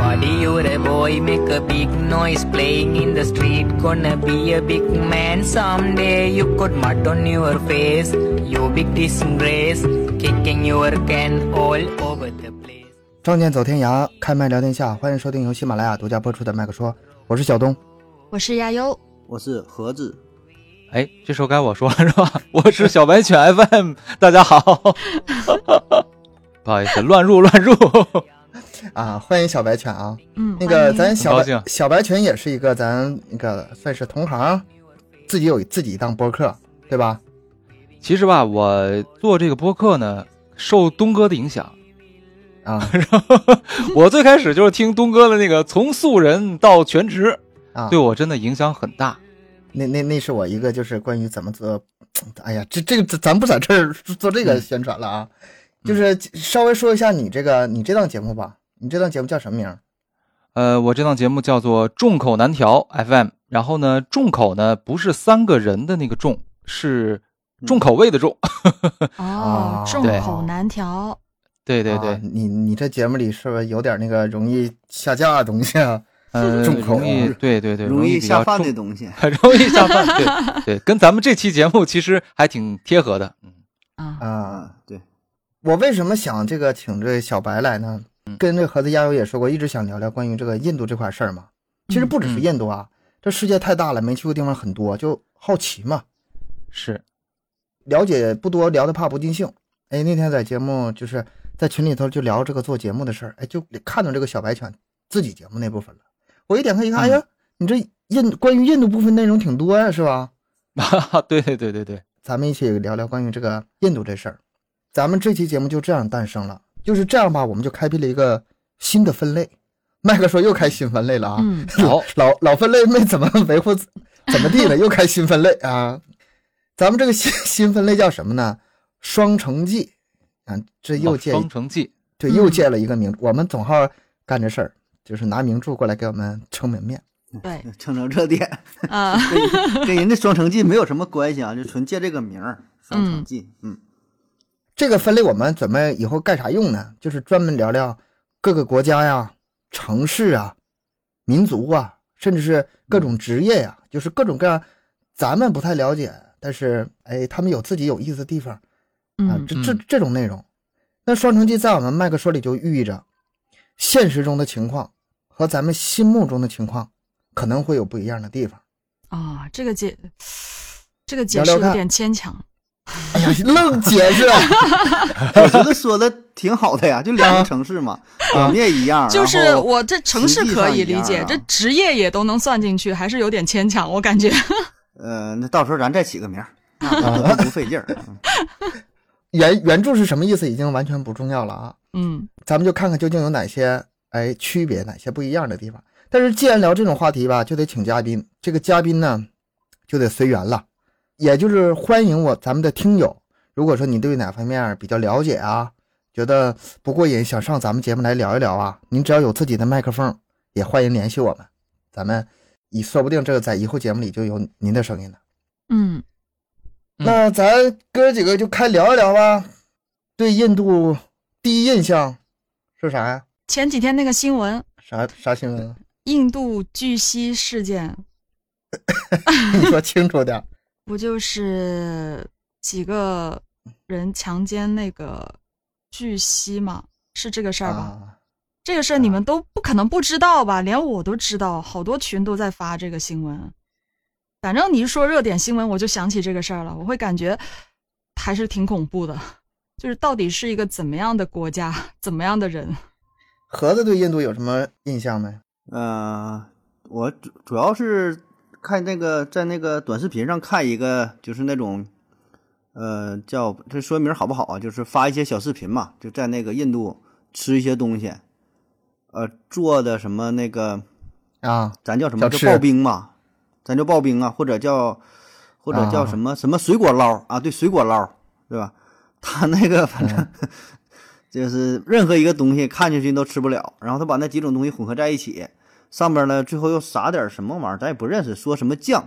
Hmm. boy, make a big noise playing in the street. Gonna be a big man someday. You could mud on your face, you big disgrace. Kicking your can all over the place. 仗剑走天涯，开麦聊天下，欢迎收听由喜马拉雅独家播出的《麦克说》，我是小东。我是亚优，我是盒子，哎，这时候该我说了 是吧？我是小白犬 FM，大家好。 不好意思，乱入乱入。 啊，欢迎小白犬啊！嗯，那个欢迎咱小白很高兴小白犬也是一个咱那个算是同行，自己有自己一档播客，对吧？其实吧，我做这个播客呢，受东哥的影响。 啊我最开始就是听东哥的那个《从素人到全职啊》， 对，我真的影响很大。那那那是我一个就是关于怎么做，哎呀，这这个咱不在这儿做这个宣传了啊，嗯就是稍微说一下你这个你这档节目吧，你这档节目叫什么名儿？呃，我这档节目叫做《众口难调 FM》，然后呢，众口呢不是三个人的那个众，是重口味的重。啊哦，众对口难调， 对对啊对，你你这节目里是不是有点那个容易下架的东西啊？呃，重口容易味对对对，容易易比下较饭重的东西。很容易下饭。对对，跟咱们这期节目其实还挺贴合的。嗯，啊，啊，啊，对， 我为什么想这个请这小白来呢？跟这盒子鸭油也说过，一直想聊聊关于这个印度这块事儿嘛。其实不只是印度啊，这世界太大了，没去过地方很多，就好奇嘛，是，了解不多，聊的怕不尽兴。哎，那天在节目就是在群里头就聊这个做节目的事儿，哎，就看到这个小白犬自己节目那部分了。我一点开一看，哎呀，你这印关于印度部分内容挺多呀、是吧？啊对对对对对，咱们一起聊聊关于这个印度这事儿。咱们这期节目就这样诞生了，就是这样吧，我们就开辟了一个新的分类。麦克说又开新分类了啊，嗯，好，老老分类没怎么维护，怎么地了，又开新分类啊。咱们这个新新分类叫什么呢？双城记啊，这又借、哦双城嗯记，对又借了一个名，我们总号干这事儿，就是拿名著过来给我们撑门面。对撑成这点，啊， 跟跟人家《双城记》没有什么关系啊，就纯借这个名儿，《双城记》。嗯，这个分类我们准备以后干啥用呢？就是专门聊聊各个国家呀、城市啊、民族啊，甚至是各种职业呀，就是各种各样咱们不太了解，但是哎，他们有自己有意思的地方啊嗯，这这嗯这种内容。那《双城记》在我们麦克说里就寓意着现实中的情况和咱们心目中的情况可能会有不一样的地 方。啊，这个解，这个解聊聊释有看点牵强，哎呀，愣解释啊！我觉得说的挺好的呀，就两个城市 嘛，表面一样，就是然后我这城市可以理解实际上一样啊，这职业也都能算进去，还是有点牵强，我感觉， 呃，那到时候咱再起个名儿， 那都不费劲儿。嗯原原著是什么意思已经完全不重要了啊。嗯咱们就看看究竟有哪些哎区别，哪些不一样的地方。但是既然聊这种话题吧，就得请嘉宾。这个嘉宾呢，就得随缘了，也就是欢迎我咱们的听友。如果说你对哪方面比较了解啊，觉得不过瘾，想上咱们节目来聊一聊啊，您只要有自己的麦克风，也欢迎联系我们。咱们以说不定这个在以后节目里就有您的声音了。嗯，嗯那咱哥几个就开聊一聊吧。对印度第一印象是啥呀？前几天那个新闻，啥啥新闻啊？ 印度巨蜥事件，你说清楚点儿。不就是几个人强奸那个巨蜥吗？是这个事儿吧？啊这个事儿你们都不可能不知道吧？连我都知道，好多群都在发这个新闻。反正你一说热点新闻，我就想起这个事儿了，我会感觉还是挺恐怖的。就是到底是一个怎么样的国家，怎么样的人？盒子对印度有什么印象没？呃，我主主要是看那个在那个短视频上看一个，就是那种，呃，叫这说明好不好啊？就是发一些小视频嘛，就在那个印度吃一些东西，呃，做的什么那个，啊，咱叫什小么？叫吃刨冰嘛，咱叫刨冰啊，或者叫或者叫啊什么、什么水果捞啊？对，水果捞，对吧？他那嗯个反正、就是任何一个东西看进去都吃不了，然后他把那几种东西混合在一起，上边呢最后又撒点什么玩意儿，咱也不认识，说什么酱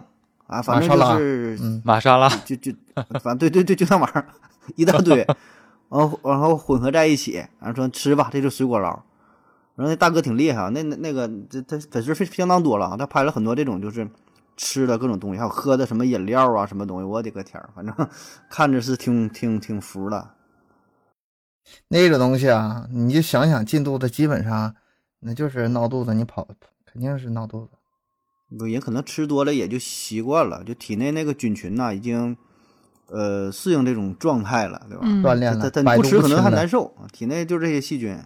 啊，反正玛莎拉就是嗯玛莎拉，就就反正对对对，就那玩意儿一大堆，然后然后混合在一起，然后说吃吧，这就是水果捞。然后那大哥挺厉害啊，那那那个这他粉丝非相当多了啊，他拍了很多这种就是吃的各种东西，还有喝的什么饮料啊，什么东西，我的个天儿，反正看着是挺挺挺服的。那个东西啊，你就想想进肚子，基本上那就是闹肚子，你跑肯定是闹肚子。有人可能吃多了也就习惯了，就体内那个菌群呐、已经呃适应这种状态了，对吧？嗯锻炼他了，他百你毒不吃不可能侵还了难受，体内就这些细菌，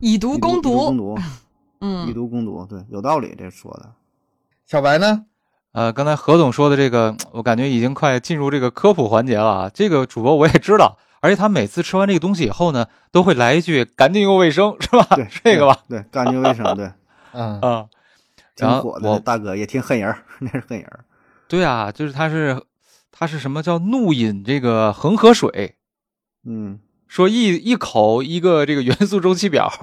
以毒以攻以毒攻毒，毒，以嗯，毒攻毒，对，有道理这说 的。小白呢？呃，刚才何总说的这个，我感觉已经快进入这个科普环节了啊。这个主播我也知道，而且他每次吃完这个东西以后呢，都会来一句“干净又卫生”，是吧？，对这个吧，对，对，干净卫生， 对，啊、啊、挺然后火我的，大哥也挺狠人儿， 那是狠人儿。对啊，就是他是他是什么叫怒饮这个恒河水，嗯，说一一口一个这个元素周期表。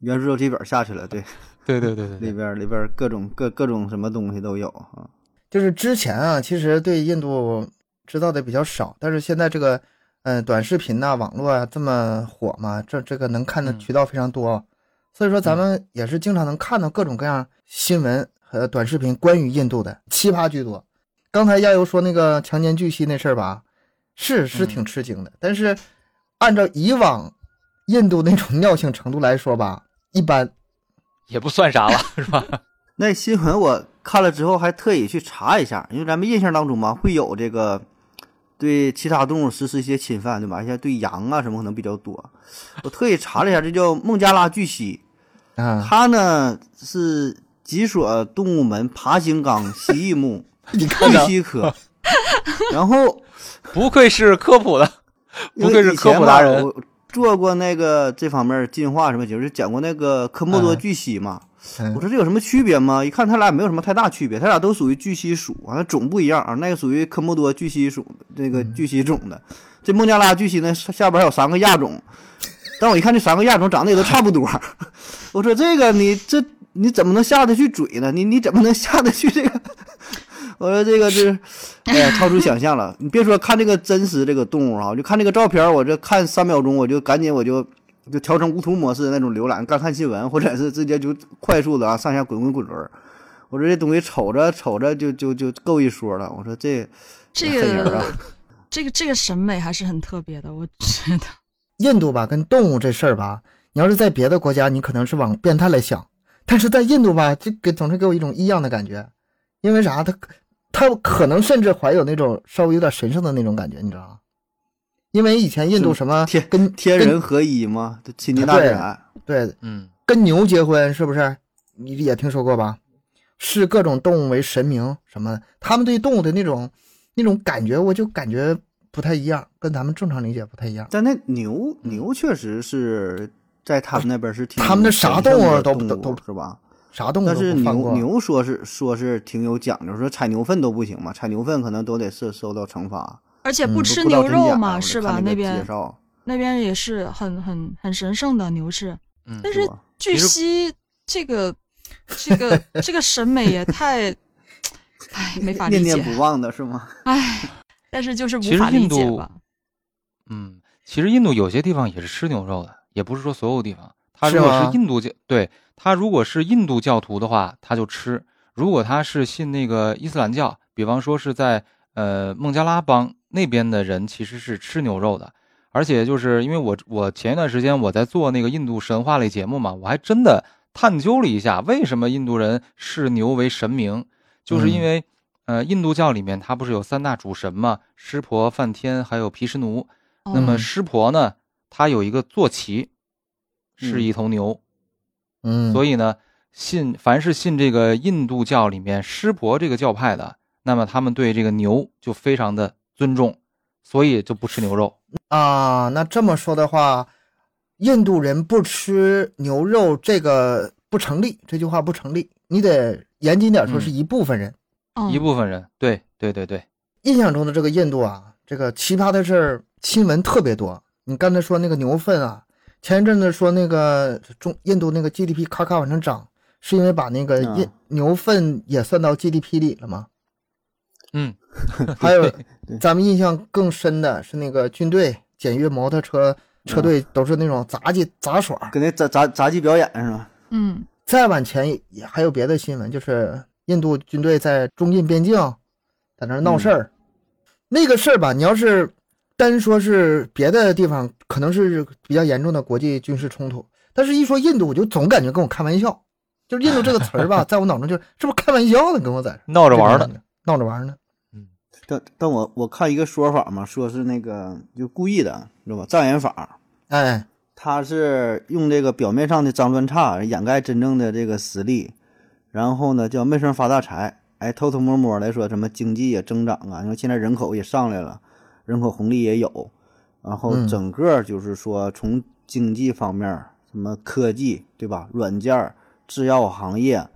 元素周期表下去了，对，对对对对里对，边儿里边儿各种各各种什么东西都有啊。就是之前啊，其实对印度知道的比较少，但是现在这个，呃，短视频呐、网络啊这么火嘛，这这个能看的嗯渠道非常多，啊所以说咱们也是经常能看到各种各样新闻和短视频关于印度的，奇葩居多。刚才亚游说那个强奸巨蜥那事儿吧，是是挺吃惊的，但是按照以往印度那种 尿性程度来说吧，一般也不算啥了，是吧？那新闻我看了之后，还特意去查一下，因为咱们印象当中嘛，会有这个对其他动物实施一些侵犯，对吧？现在对羊啊什么可能比较多。我特意查了一下，这叫孟加拉巨蜥，啊，它呢是脊索动物门爬行纲蜥蜴 目你看巨着蜥科。然后不愧是科普的，因不为愧是以科前普达吧人我做过那个这方面进化什么，就是讲过那个科莫多嗯巨蜥嘛。嗯我说这有什么区别吗？一看它俩没有什么太大区别，它俩都属于巨蜥属，完了种不一样啊，那个属于科莫多巨蜥属，那个巨蜥种的。这孟加拉巨蜥呢，下下边还有三个亚种，但我一看这三个亚种长得也都差不多， 我说这个你这你怎么能下得去嘴呢？你你怎么能下得去这个？ 我说这个这，哎呀，超出想象了。你别说看这个真实这个动物啊，我就看这个照片，我这看三秒钟，我就赶紧我就就调成无图模式那种浏览，干看新闻，或者是直接就快速的啊上下滚滚滚轮儿。我说这东西瞅着瞅着就就就够一说了。我说这这狠人啊个， 这个这个审美还是很特别的，我觉 得。印度吧，跟动物这事儿吧，你要是在别的国家，你可能是往变态来想，但是在印度吧，就给总是给我一种异样的感觉，因为啥？他他可能甚至怀有那种稍微有点神圣的那种感觉，你知道吗？因为以前印度是什么天跟天跟人合一嘛，就亲近大自啊然。对嗯，跟牛结婚是不是？你也听说过吧？视各种动物为神明什么的，他们对动物的那种那种感觉，我就感觉不太一样，跟咱们正常理解不太一样。但那牛牛确实是在他们那边是挺他们那啥神圣动物啊的都动都都是吧？啥动物但都是不放牛过。牛说是说是挺有讲究，说踩牛粪都不行嘛，踩牛粪可能都得是受到惩罚。而且嗯不不吃不知道牛真假肉我嘛，得是看吧？那那个边介绍那边也是很很很神圣的牛是，嗯但是是吧？巨其实蜥这个这个这个审美也太，唉，没法理念念解，不忘的是吗？ 唉，但是就是其无实法理印解度吧。嗯，其实印度有些地方也是吃牛肉的，也不是说所有地方。他是如果吗是印度教，对他如果是印度教徒的话，他就吃；如果他是信那个伊斯兰教，比方说是在呃孟加拉邦那边的人，其实是吃牛肉的。而且就是因为我我前一段时间我在做那个印度神话类节目嘛，我还真的探究了一下为什么印度人视牛为神明，就是因嗯为、呃印度教里面它不是有三大主神嘛，湿婆、梵天还有毗湿奴。那么嗯湿婆呢，他有一个坐骑，是嗯一头牛，嗯，所以呢，信凡是信这个印度教里面湿婆这个教派的，那么他们对这个牛就非常的尊重，所以就不吃牛肉。啊，那这么说的话，印度人不吃牛肉这个不成立，这句话不成立。你得严谨点说，是嗯一部分人。嗯，一部分人，对对对对，印象中的这个印度啊，这个奇葩的事儿新闻特别多。你刚才说那个牛粪啊，前一阵子说那个中印度那个 GDP 咔咔往上涨，是因为把那个印、嗯牛粪也算到 GDP 里了吗？嗯，还有咱们印象更深的是那个军队检阅摩托车车队都是那种杂技杂耍。跟那杂杂杂技表演是吧？嗯再往前也还有别的新闻，就是印度军队在中印边境在那儿闹事嗯儿。那个事儿吧，你要是单说是别的地方，可能是比较严重的国际军事冲突。但是，一说印度，我就总感觉跟我开玩笑，就是印度这个词 儿吧，在我脑中就是是不是开玩笑呢？跟我在这闹着玩儿这的种，感觉，闹着玩儿呢。但但我我看一个说法嘛，说是那个就故意的，你知道吧？障眼法，哎，他是用这个表面上的脏乱差掩盖真正的这个实力，然后呢叫闷声发大财，哎，偷偷摸摸来说什么经济也增长啊，因为现在人口也上来了，人口红利也有，然后嗯整个就是说从经济方面儿，什么科技对吧，软件儿、制药行业，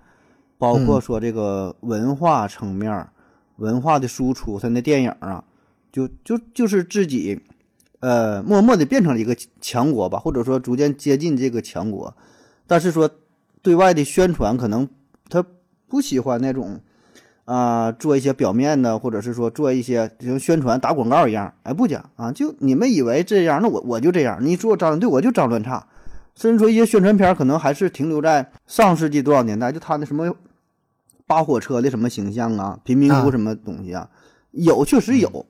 包括说这个文化层面儿、文化的输出，他那电影儿啊，就就就是自己呃，默默的变成了一个强国吧，或者说逐渐接近这个强国，但是说对外的宣传可能他不喜欢那种啊、做一些表面的，或者是说做一些就像宣传打广告一样，哎不讲啊，就你们以为这样，那我我就这样，你说我脏对我就脏乱差，甚至说一些宣传片儿可能还是停留在上世纪多少年代，就他那什么扒火车的什么形象啊，贫民啊嗯窟什么东西啊，有确实有。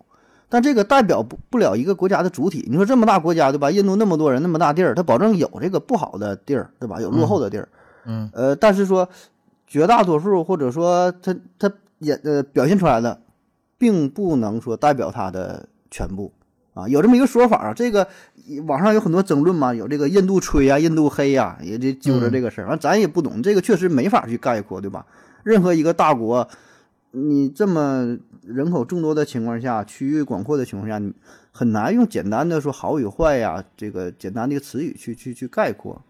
但这个代表不不了一个国家的主体。你说这么大国家对吧？印度那么多人，那么大地儿，它保证有这个不好的地儿对吧？有落后的地儿。嗯，呃，但是说绝大多数或者说它它也呃表现出来的，并不能说代表它的全部啊。有这么一个说法啊，这个网上有很多争论嘛，有这个印度吹呀、印度黑呀、也这揪着这个事儿。完、咱也不懂，这个确实没法去概括，对吧？任何一个大国，你这么人口众多的情况下，区域广阔的情况下，你很难用简单的说好与坏呀、这个简单的一个词语去去去概括。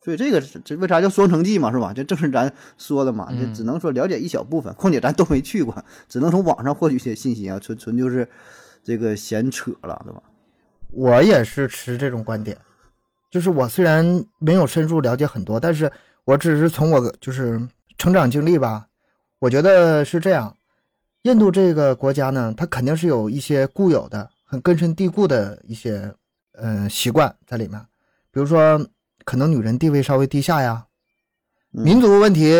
所以这个是这为啥叫双城记嘛，是吧？这正是咱说的嘛，这嗯只能说了解一小部分，况且咱都没去过，只能从网上获取一些信息啊，纯纯就是这个闲扯了，对吧？我也是持这种观点，就是我虽然没有深入了解很多，但是我只是从我就是成长经历吧，我觉得是这样。印度这个国家呢，它肯定是有一些固有的、很根深蒂固的一些呃习惯在里面，比如说可能女人地位稍微低下呀，嗯民族问题，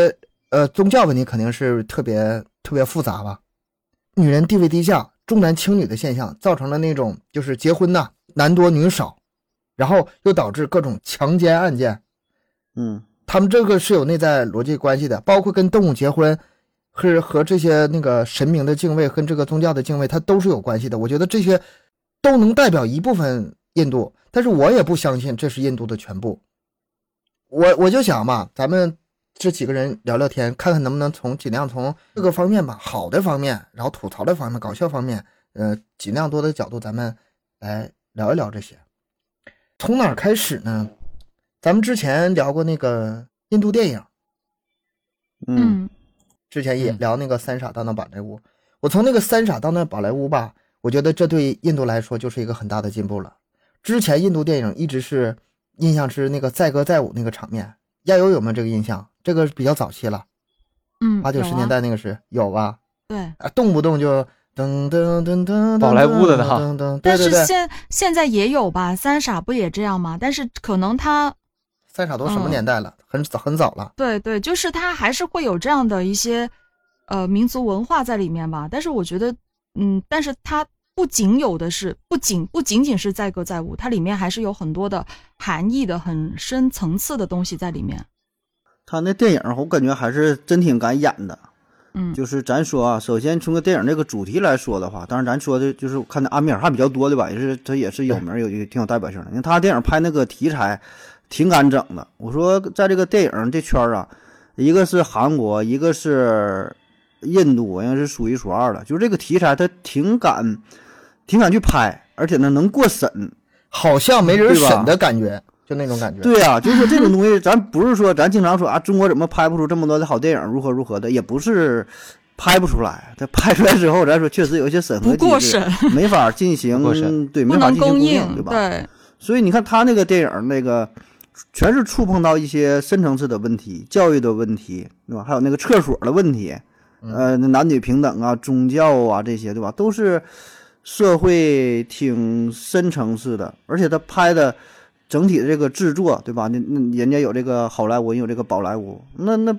呃，宗教问题肯定是特别特别复杂吧。女人地位低下、重男轻女的现象，造成了那种就是结婚呐、男多女少，然后又导致各种强奸案件。嗯他们这个是有内在逻辑关系的，包括跟动物结婚，和和这些那个神明的敬畏，跟这个宗教的敬畏，它都是有关系的。我觉得这些都能代表一部分印度，但是我也不相信这是印度的全部。我我就想嘛，咱们这几个人聊聊天，看看能不能从尽量从各个方面吧，好的方面，然后吐槽的方面，搞笑方面，呃，尽量多的角度，咱们来聊一聊这些。从哪儿开始呢？咱们之前聊过那个印度电影，嗯嗯之前也嗯聊那个《三傻大闹宝莱坞》，我从那个《三傻大闹宝莱坞》吧，我觉得这对印度来说就是一个很大的进步了。之前印度电影一直是印象是那个载歌载舞那个场面，亚友有没有这个印象？这个比较早期了，嗯，八九十有啊年，代那个是有吧？对。啊，动不动就噔噔噔噔，宝莱坞的呢哈噔噔，对但对是对，现现在也有吧，三傻不也这样吗？但是可能他三傻都什么年代了？很早很早了。对对，就是他还是会有这样的一些呃民族文化在里面吧。但是我觉得，嗯，但是它不仅有的是不仅不仅仅是载歌载舞，它里面还是有很多的含义的很深层次的东西在里面。他那电影儿我感觉还是真挺敢演的，嗯，就是咱说啊，首先从个电影这个主题来说的话，当然咱说的就是我看的阿米尔汗比较多的吧，也是他也是有名儿有有挺有代表性的。因为他电影拍那个题材挺敢整的。我说在这个电影这圈儿啊，一个是韩国，一个是印度，应该是数一数二的。就是这个题材他挺敢，挺敢去拍，而且呢能过审。好像没人对吧审的感觉，就那种感觉。对啊，就是这种东西，咱不是说咱经常说啊，中国怎么拍不出这么多的好电影，如何如何的，也不是拍不出来。它拍出来之后，咱说确实有一些审核不过机制，审，没法进行不过审对，不没法能进行供应，对吧？对，所以你看他那个电影那个，全是触碰到一些深层次的问题，教育的问题，对吧？还有那个厕所的问题，呃，男女平等啊，宗教啊这些，对吧？都是社会挺深层次的，而且他拍的整体的这个制作，对吧？那那人家有这个好莱坞，有这个宝莱坞，那那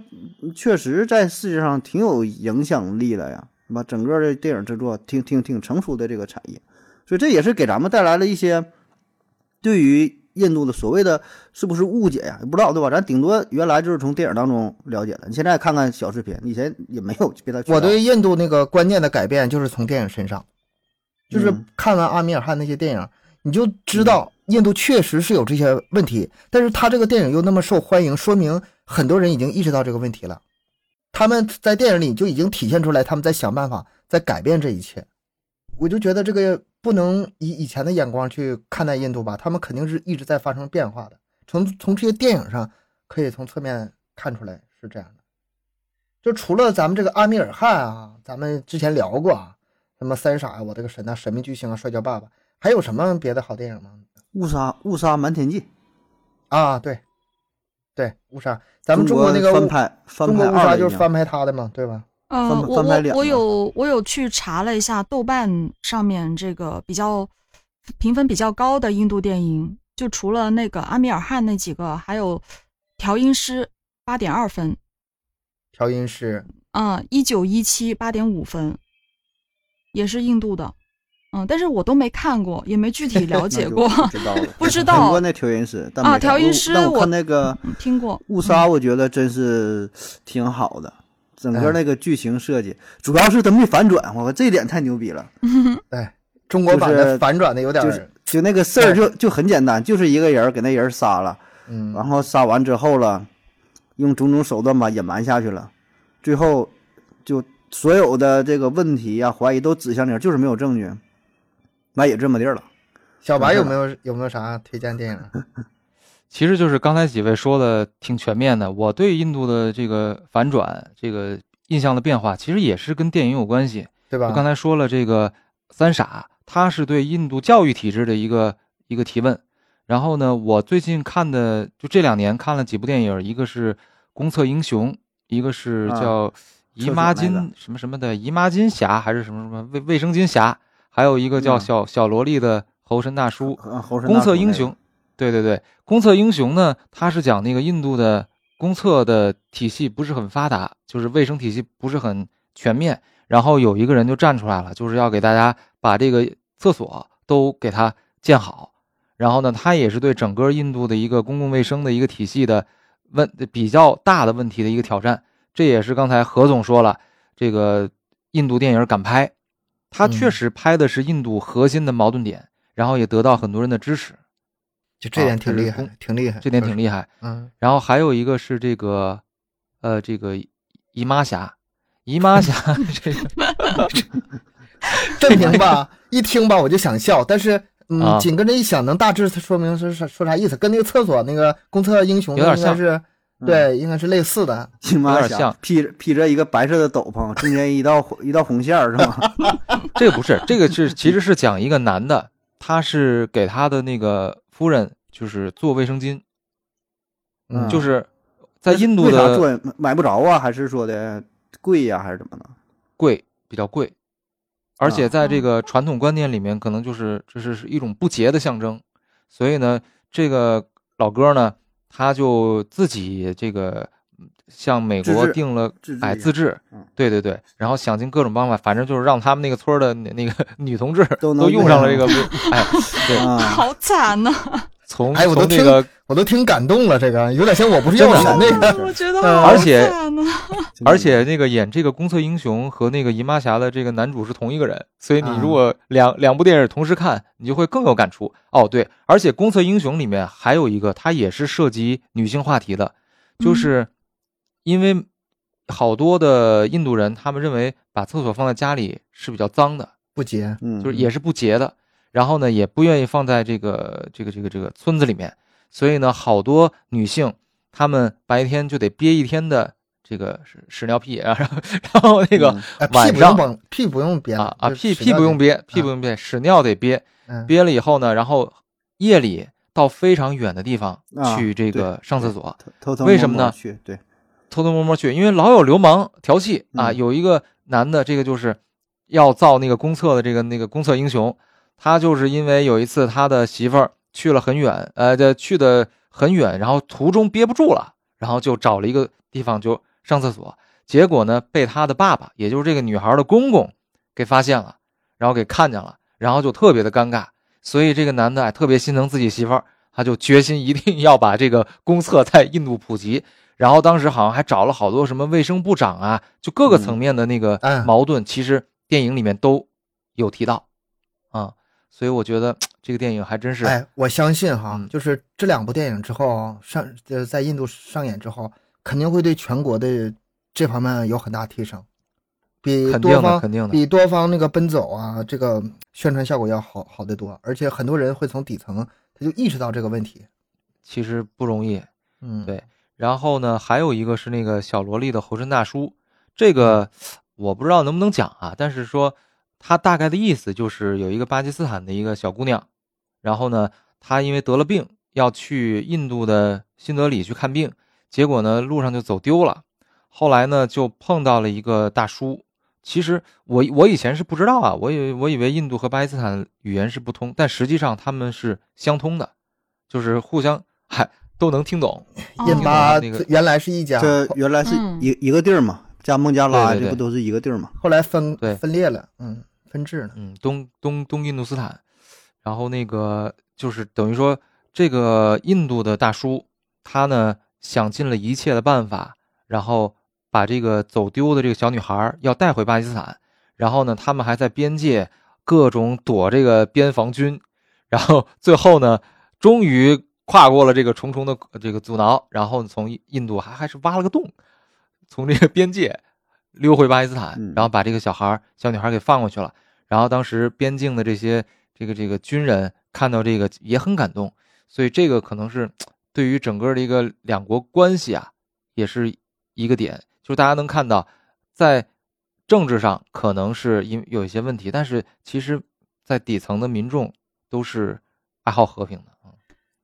确实在世界上挺有影响力的呀，对吧？整个的电影制作挺挺挺成熟的这个产业，所以这也是给咱们带来了一些对于印度的所谓的是不是误解呀？也不知道对吧？咱顶多原来就是从电影当中了解的，你现在看看小视频，以前也没有别的渠道。我对印度那个观念的改变就是从电影身上，就是嗯看完阿米尔汗那些电影，你就知道印度确实是有这些问题，但是他这个电影又那么受欢迎，说明很多人已经意识到这个问题了。他们在电影里就已经体现出来，他们在想办法在改变这一切。我就觉得这个不能以以前的眼光去看待印度吧，他们肯定是一直在发生变化的。从从这些电影上可以从侧面看出来是这样的。就除了咱们这个阿米尔汗啊，咱们之前聊过啊，什么三傻呀、我这个神呐、神秘巨星啊、摔跤爸爸，还有什么别的好电影吗？误杀误杀瞒天记，啊，对，对，误杀，咱们中国那个翻误拍翻中拍国误杀二就是翻拍他的嘛，对吧？呃翻，我翻拍我脸我了有我有去查了一下豆瓣上面这个比较评分比较高的印度电影，就除了那个阿米尔汗那几个，还有《调音师》八点二分，调音师，啊、1一九一七八点五分，也是印度的，嗯，但是我都没看过，也没具体 了解过，不知道了， 不知道听过那调音师，但没啊看调音我师但我我嗯看那个听过误杀，我觉得真是挺好的，整哎个那个剧情设计，主要是他没反转，我这一点太牛逼了，哎，中国版就的是反转的有点就儿，是就那个事儿就就很简单，就是一个人给那人杀了，嗯，然后杀完之后了，用种种手段吧隐瞒下去了，最后就所有的这个问题呀、怀疑都指向那人，就是没有证据，那也这么地儿了。小白有没有有没有啥推荐电影？啊其实就是刚才几位说的挺全面的。我对印度的这个反转、这个印象的变化，其实也是跟电影有关系。对就刚吧？才说了，这个三傻，他是对印度教育体制的一个一个提问。然后呢，我最近看的就这两年看了几部电影，一个是《公厕英雄》，一个是啊叫《姨厕所妈那巾个》什么什么的《姨妈巾侠》，还是什么什么卫卫生巾侠，还有一个叫嗯小、小萝莉的猴神大叔。嗯猴神大公叔那厕英个雄，对对对，公厕英雄呢，它是讲那个印度的公厕的体系不是很发达，就是卫生体系不是很全面。然后有一个人就站出来了，就是要给大家把这个厕所都给它建好。然后呢，他也是对整个印度的一个公共卫生的一个体系的问比较大的问题的一个挑战。这也是刚才何总说了，这个印度电影敢拍，他确嗯实拍的是印度核心的矛盾点，然后也得到很多人的支持，就这点啊挺就是厉害公，挺厉害，这点挺厉厉害。嗯，然后还有一个是这个，呃，这个姨妈侠，姨妈侠 这个正评 吧，一听吧我就想笑，但是。嗯，啊紧跟着一想，能大致说明是啥说啥意思，跟那个厕所那个公厕英雄有点应该像是，嗯对，应该是类似的。姨妈有点侠像披着披着一个白色的斗篷，中间一道一道红线儿是 吗？ 这个不是，这个是其实是讲一个男的，他是给他的那个夫人就是做卫生巾，嗯，就。是在印度为啥的做买买不着啊？还是说的贵呀、还是怎么的？贵比较贵，而且啊在这个传统观念里面，可能就是这是是一种不洁的象征，所以呢，这个老哥呢，他就自己这个嗯向美自国制定了自制哎一下自治嗯，对对对，然后想尽各种办法，反正就是让他们那个村儿的那那个女同志都能都用用上了上这个卫，哎，对， 啊，好惨呐、从哎我都从这听个，我都挺感动了，这个有点像我不是真药的神那个。 我觉得嗯好呃而且惨呐、而且那个演这个公厕英雄和那个姨妈侠的这个男主是同一个人，所以你如果两两部电影同时看，你就会更有感触。哦，对，而且公厕英雄里面还有一个，它也是涉及女性话题的，就是因为好多的印度人他们认为把厕所放在家里是比较脏的，不接，嗯，就是也是不洁的，然后呢也不愿意放在这个这个这个这个村子里面，所以呢好多女性她们白天就得憋一天的这个屎屎尿屁，然后 然后那个嗯哎，屁晚不用上绷，屁不用憋啊啊就屁屎屁尿不用憋，憋，屁不用憋，屎尿得憋，嗯，憋了以后呢，然后夜里到非常远的地方啊去这对个上厕所，偷偷偷为摸什么摸呢去对，偷偷摸摸去，因为老有流氓调戏啊。嗯有一个男的，这个就是要造那个公厕的这个那个公厕英雄，他就是因为有一次他的媳妇儿去了很远，呃，这去的很远，然后途中憋不住了，然后就找了一个地方就上厕所，结果呢被他的爸爸，也就是这个女孩的公公给发现了，然后给看见了，然后就特别的尴尬，所以这个男的哎特别心疼自己媳妇儿，他就决心一定要把这个公厕在印度普及。然后当时好像还找了好多什么卫生部长啊，就各个层面的那个嗯哎矛盾，其实电影里面都有提到，啊，所以我觉得这个电影还真是，哎，我相信哈，嗯就是这两部电影之后上，呃，在印度上演之后，肯定会对全国的这方面有很大提升，比肯定多的方肯定的比多方那个奔走啊，这个宣传效果要好好得多，而且很多人会从底层他就意识到这个问题。其实不容易。嗯，对然后呢，还有一个是那个小萝莉的猴神大叔，这个我不知道能不能讲啊，但是说他大概的意思就是有一个巴基斯坦的一个小姑娘，然后呢，她因为得了病，要去印度的新德里去看病，结果呢路上就走丢了，后来呢就碰到了一个大叔。其实我我以前是不知道啊，我以为我以为印度和巴基斯坦语言是不通，但实际上他们是相通的，就是互相嗨都能听懂。哎印巴那个原来是一家，这后原来是嗯一一个地儿嘛，加孟加拉啊对对对这不都是一个地儿嘛？后来分对分裂了，嗯，分治了。嗯，东东东印度斯坦，然后那个就是等于说，这个印度的大叔，他呢想尽了一切的办法，然后把这个走丢的这个小女孩儿要带回巴基斯坦，然后呢，他们还在边界各种躲这个边防军，然后最后呢，终于跨过了这个重重的呃这个阻挠，然后从印度还还是挖了个洞，从这个边界溜回巴基斯坦嗯，然后把这个小孩儿小女孩儿给放过去了。然后当时边境的这些这个这个军人看到这个也很感动，所以这个可能是对于整个的一个两国关系啊，也是一个点，就是大家能看到，在政治上可能是因有一些问题，但是其实，在底层的民众都是爱好和平的，嗯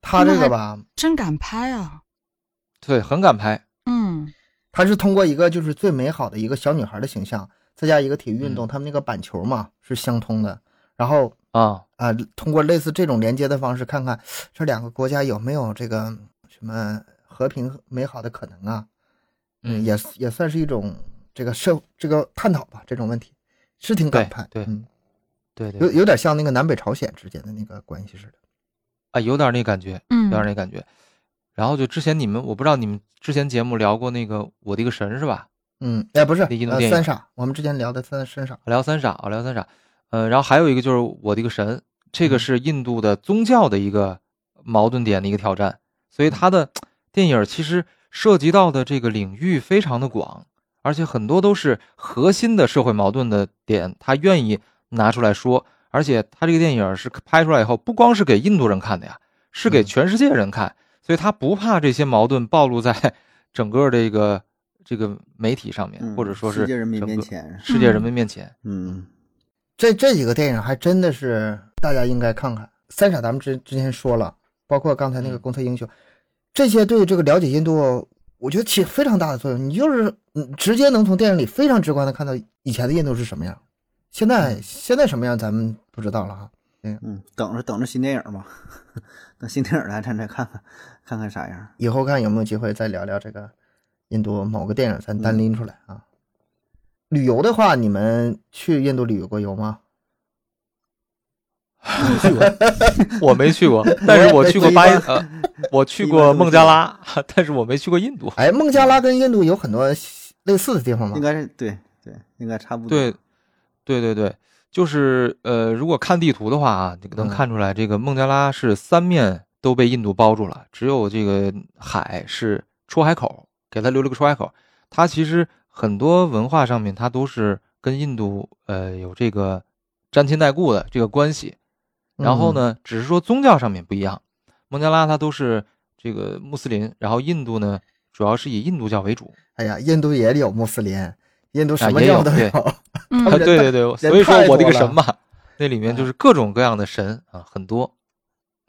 他这个吧，真敢拍啊！对，很敢拍，嗯，他是通过一个就是最美好的一个小女孩的形象，再加一个体育运动，嗯他们那个板球嘛是相通的，然后啊、啊、通过类似这种连接的方式，看看这两个国家有没有这个什么和平美好的可能啊？嗯也也算是一种这个社这个探讨吧，这种问题是挺感慨，对对嗯，对对有对有点像那个南北朝鲜之间的那个关系似的。啊，有点那感觉，有嗯点那感觉。然后就之前你们，我不知道你们之前节目聊过那个《我的一个神》是吧？嗯，哎，不是，那印度呃，电影三傻，我们之前聊的三三傻，聊三傻，啊，聊三傻，呃，然后还有一个就是我的一个神，这嗯个是印度的宗教的一个矛盾点的一个挑战，所以他的电影其实涉及到的这个领域非常的广，而且很多都是核心的社会矛盾的点，他愿意拿出来说，而且他这个电影是拍出来以后，不光是给印度人看的呀，是给嗯全世界人看，所以他不怕这些矛盾暴露在整个这个这个媒体上面，嗯或者说是世界人民整面个前，世界人民面前。嗯，这这几个电影还真的是大家应该看看。三傻咱们之之前说了，包括刚才那个嗯公测英雄，这些对这个了解印度，我觉得起非常大的作用。你就是嗯，直接能从电影里非常直观的看到以前的印度是什么样，现在、现在什么样咱们不知道了哈。嗯，等着等着新电影吧， 等新电影来咱再看看看看啥样。以后看有没有机会再聊聊这个印度某个电影，咱单拎出来啊。旅游的话，你们去印度旅游过游吗？我没去过，但是我去过巴我也没基，呃，我去过孟加拉， 但是我没去过印度。哎，孟加拉跟印度有很多类似的地方吗应？该是对对，应该差不多。对，对对对，就是呃，如果看地图的话啊，这个能嗯看出来，这个孟加拉是三面都被印度包住了，只有这个海是出海口，给它留了个出海口。它其实很多文化上面，它都是跟印度呃有这个沾亲带故的这个关系。然嗯后呢，只是说宗教上面不一样，孟加拉它都是这个穆斯林，然后印度呢主要是以印度教为主。哎呀，印度也有穆斯林，印度什么啊也教有都 对嗯他啊，们人对太对对，所人以说太我这多了嗯个神嘛，那里面就是各种各样的神啊，很多。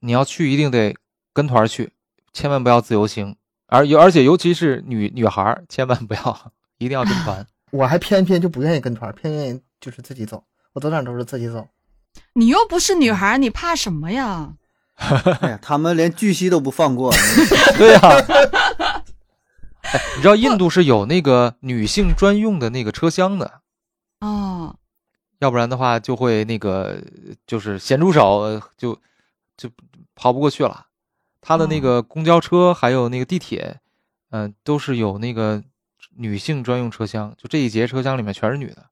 你要去一定得跟团儿去，千万不要自由行，而尤而且尤其 是女女孩儿，千万不要，一定要跟团。我还偏偏就不愿意跟团，偏愿意就是自己走，我走哪儿都是自己走。你又不是女孩，你怕什么呀？ 哎呀，他们连巨蜥都不 放过，对呀、 哎你知道印度是有那个女性专用的那个车厢的，哦，要不然的话就会那个就是咸猪手呃就就跑不过去了。他的那个公交车还有那个地铁，嗯、都是有那个女性专用车厢，就这一节车厢里面全是女的。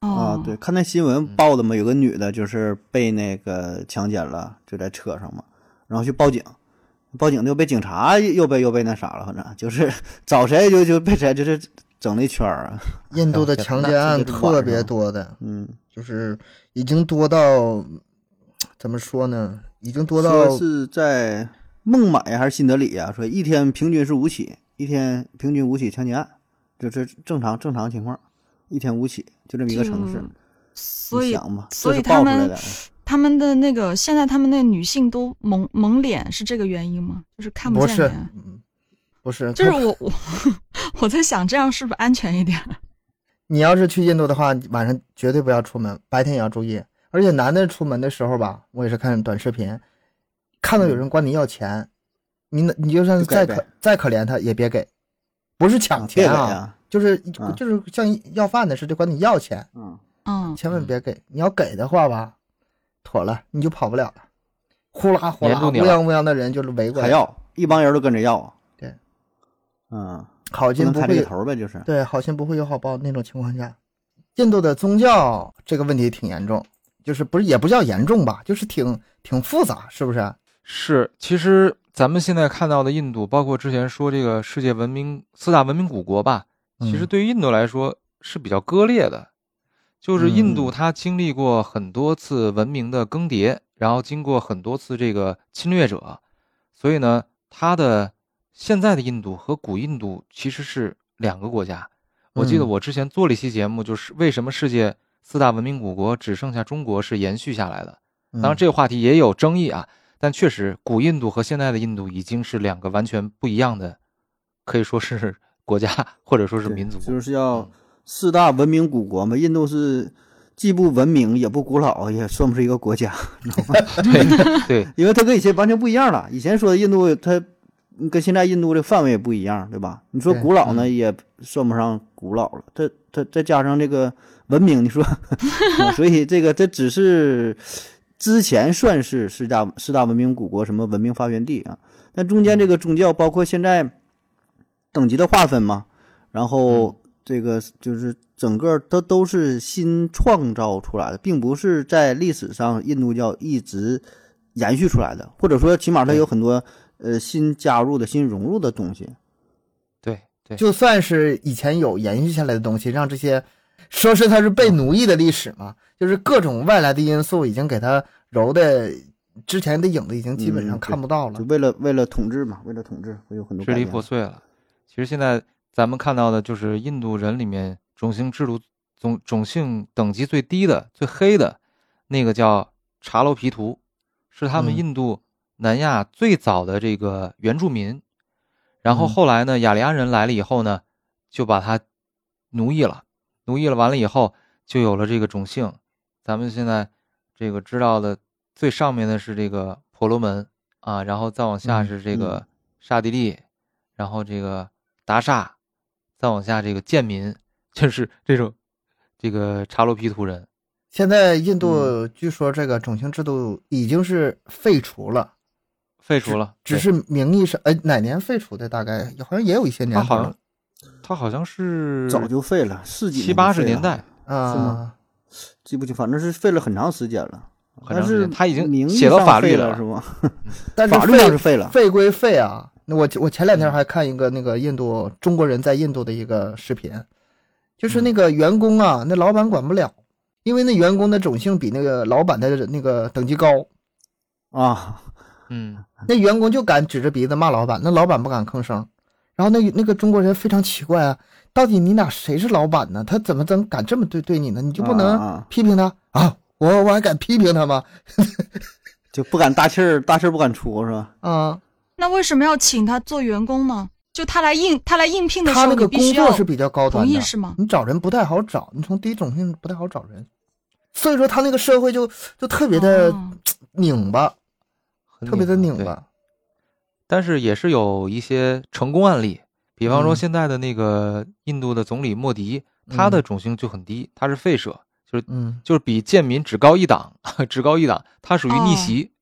啊哦，，对，看那新闻报的嘛，有个女的就是被那个强奸了，就在车上嘛，然后去报警，报警的又被警察又被又被那啥了，反正 就是找谁就就被谁就是整了一圈儿啊，哎印度的那强奸案这就是晚特别上多的，嗯，就是已经多到怎么说呢？已经多到说是在孟买呀还是新德里呀，说一天平均是五起，一天平均五起强奸案，这这正常正常情况，一天五起，就这么一个城市就，嗯所你以想吧，所以这是他爆出来们的。啊他们的那个现在他们那女性都蒙蒙脸，是这个原因吗？就是看不见是脸。，嗯不是，就是他我我 我在想，这样是不是安全一点？你要是去印度的话，晚上绝对不要出门，白天也要注意。而且男的出门的时候吧，我也是看短视频，看到有人管你要钱，你哪你就算嗯就给再可呗再可怜他也别给，不是抢钱啊别给啊，啊就是啊就是像要饭的似的管你要钱，嗯，嗯，千万别给。你要给的话吧，妥了，你就跑不了了。呼啦呼黏啦，住乌你了泱乌泱的人就是围过还来，要一帮人都跟着要，啊对，嗯，好不心能不开这会个有头儿呗，就是，对，好心不会有好报那种情况下，印度的宗教这个问题挺严重，就是不是也不叫严重吧，就是挺挺复杂，是不啊是？是，其实咱们现在看到的印度，包括之前说这个世界文明四大文明古国吧，其实嗯对于印度来说是比较割裂的。就是印度嗯它经历过很多次文明的更迭，然后经过很多次这个侵略者，所以呢，它的现在的印度和古印度其实是两个国家。我记得嗯我之前做了一期节目，就是为什么世界四大文明古国只剩下中国是延续下来的。嗯当然，这个话题也有争议啊，但确实，古印度和现在的印度已经是两个完全不一样的，可以说是国家或者说是对民族。就是要四大文明古国嘛，印度是既不文明也不古老，也算不是一个国家，对对，因为它跟以前完全不一样了。以前说的印度它跟现在印度的范围也不一样，对吧？你说对古老呢，也算不上古老了，它它再加上这个文明，你说，啊所以这个这只是之前算是四大四大文明古国什么文明发源地啊，但中间这个宗教包括现在等级的划分嘛，然后这个就是整个它都是新创造出来的，并不是在历史上印度教一直延续出来的，或者说起码它有很多呃新加入的、新融入的东西。对对，就算是以前有延续下来的东西，让这些说是它是被奴役的历史嘛，就是各种外来的因素已经给它揉的，之前的影子已经基本上嗯对看不到了就。为了为了统治嘛，为了统治会有很多支改离变。破碎了。其实现在咱们看到的就是印度人里面种姓制度种种姓等级最低的、最黑的那个叫查楼皮图，是他们嗯印度南亚最早的这个原住民。然后嗯后来呢，雅利安人来了以后呢，就把他奴役了，奴役了完了以后，就有了这个种姓。咱们现在这个知道的最上面的是这个婆罗门啊，然后再往下嗯是这嗯个刹帝利，然后这个达刹，再往下这个贱民，就是 这种这个查罗皮图人。现在印嗯度据说这个种姓制度已经是废除了，废除了，只对是名义上，呃，哪年废除的？大概好像也有一些年他头好像了他好像是早就废了，世纪七八十年代，是啊。吗记不清，反正是废了很长时间了。很但长时是间他已经名义写到上法律废了嗯了是吗？但是法律废上是废了废归废啊。那我我前嗯两天还看一个那个印度中国人在印度的一个视频，嗯就是那个员工啊，那老板管不了，因为那员工的种姓比那个老板的那个等级高，嗯啊，嗯，那员工就敢指着鼻子骂老板，那老板不敢吭声。然后那那个中国人非常奇怪啊，到底你俩谁是老板呢？他怎么能敢这么对对你呢？你就不啊啊能啊批评他啊？我我还敢批评他吗？就不敢大气儿，大气儿不敢出是吧？啊，那为什么要请他做员工呢？就他来应他来应聘的时他候，那个你工必须要作是比较高同端的意，是吗？你找人不太好找，你从第一种性不太好找人，所以说他那个社会就就特别的哦拧巴，很特别的拧对巴。但是也是有一些成功案例，比方说嗯现在的那个印度的总理莫迪，他的种姓就很低，他是吠舍，就是嗯，就是比贱民只高一档， 只高一档，他属于哦逆袭。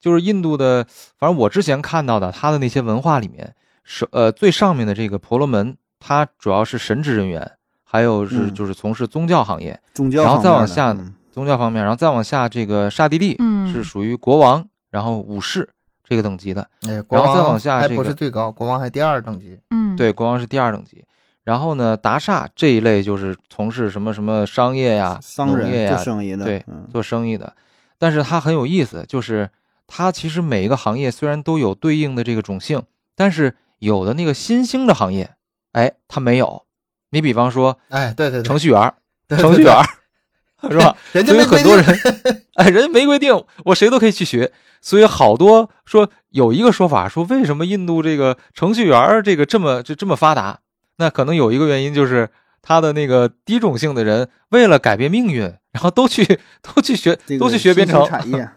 就是印度的，反正我之前看到的，他的那些文化里面，是呃最上面的这个婆罗门，他主要是神职人员，还有是嗯就是从事宗教行业，宗教然方后面的，再往下嗯宗教方面，然后再往下这个刹帝利，嗯是属于国王，然后武士这个等级的，哎，国然后再王往下还这不个是最高，国王还第二等级。嗯，对，国王是第二等级。然后呢，达刹这一类就是从事什么什么商业呀、商农人业呀做、生意的，对嗯做生意的。但是它很有意思，就是它其实每一个行业虽然都有对应的这个种姓，但是有的那个新兴的行业，哎，它没有。你比方说哎，对对对，程序员儿，对程序员儿是吧？人家所没以规很多定人，哎，人家没规定，我谁都可以去学。所以好多说有一个说法，说为什么印度这个程序员儿这个这么这这么发达？那可能有一个原因就是他的那个低种姓的人为了改变命运，然后都去都去学这个都去学编新兴程，产业，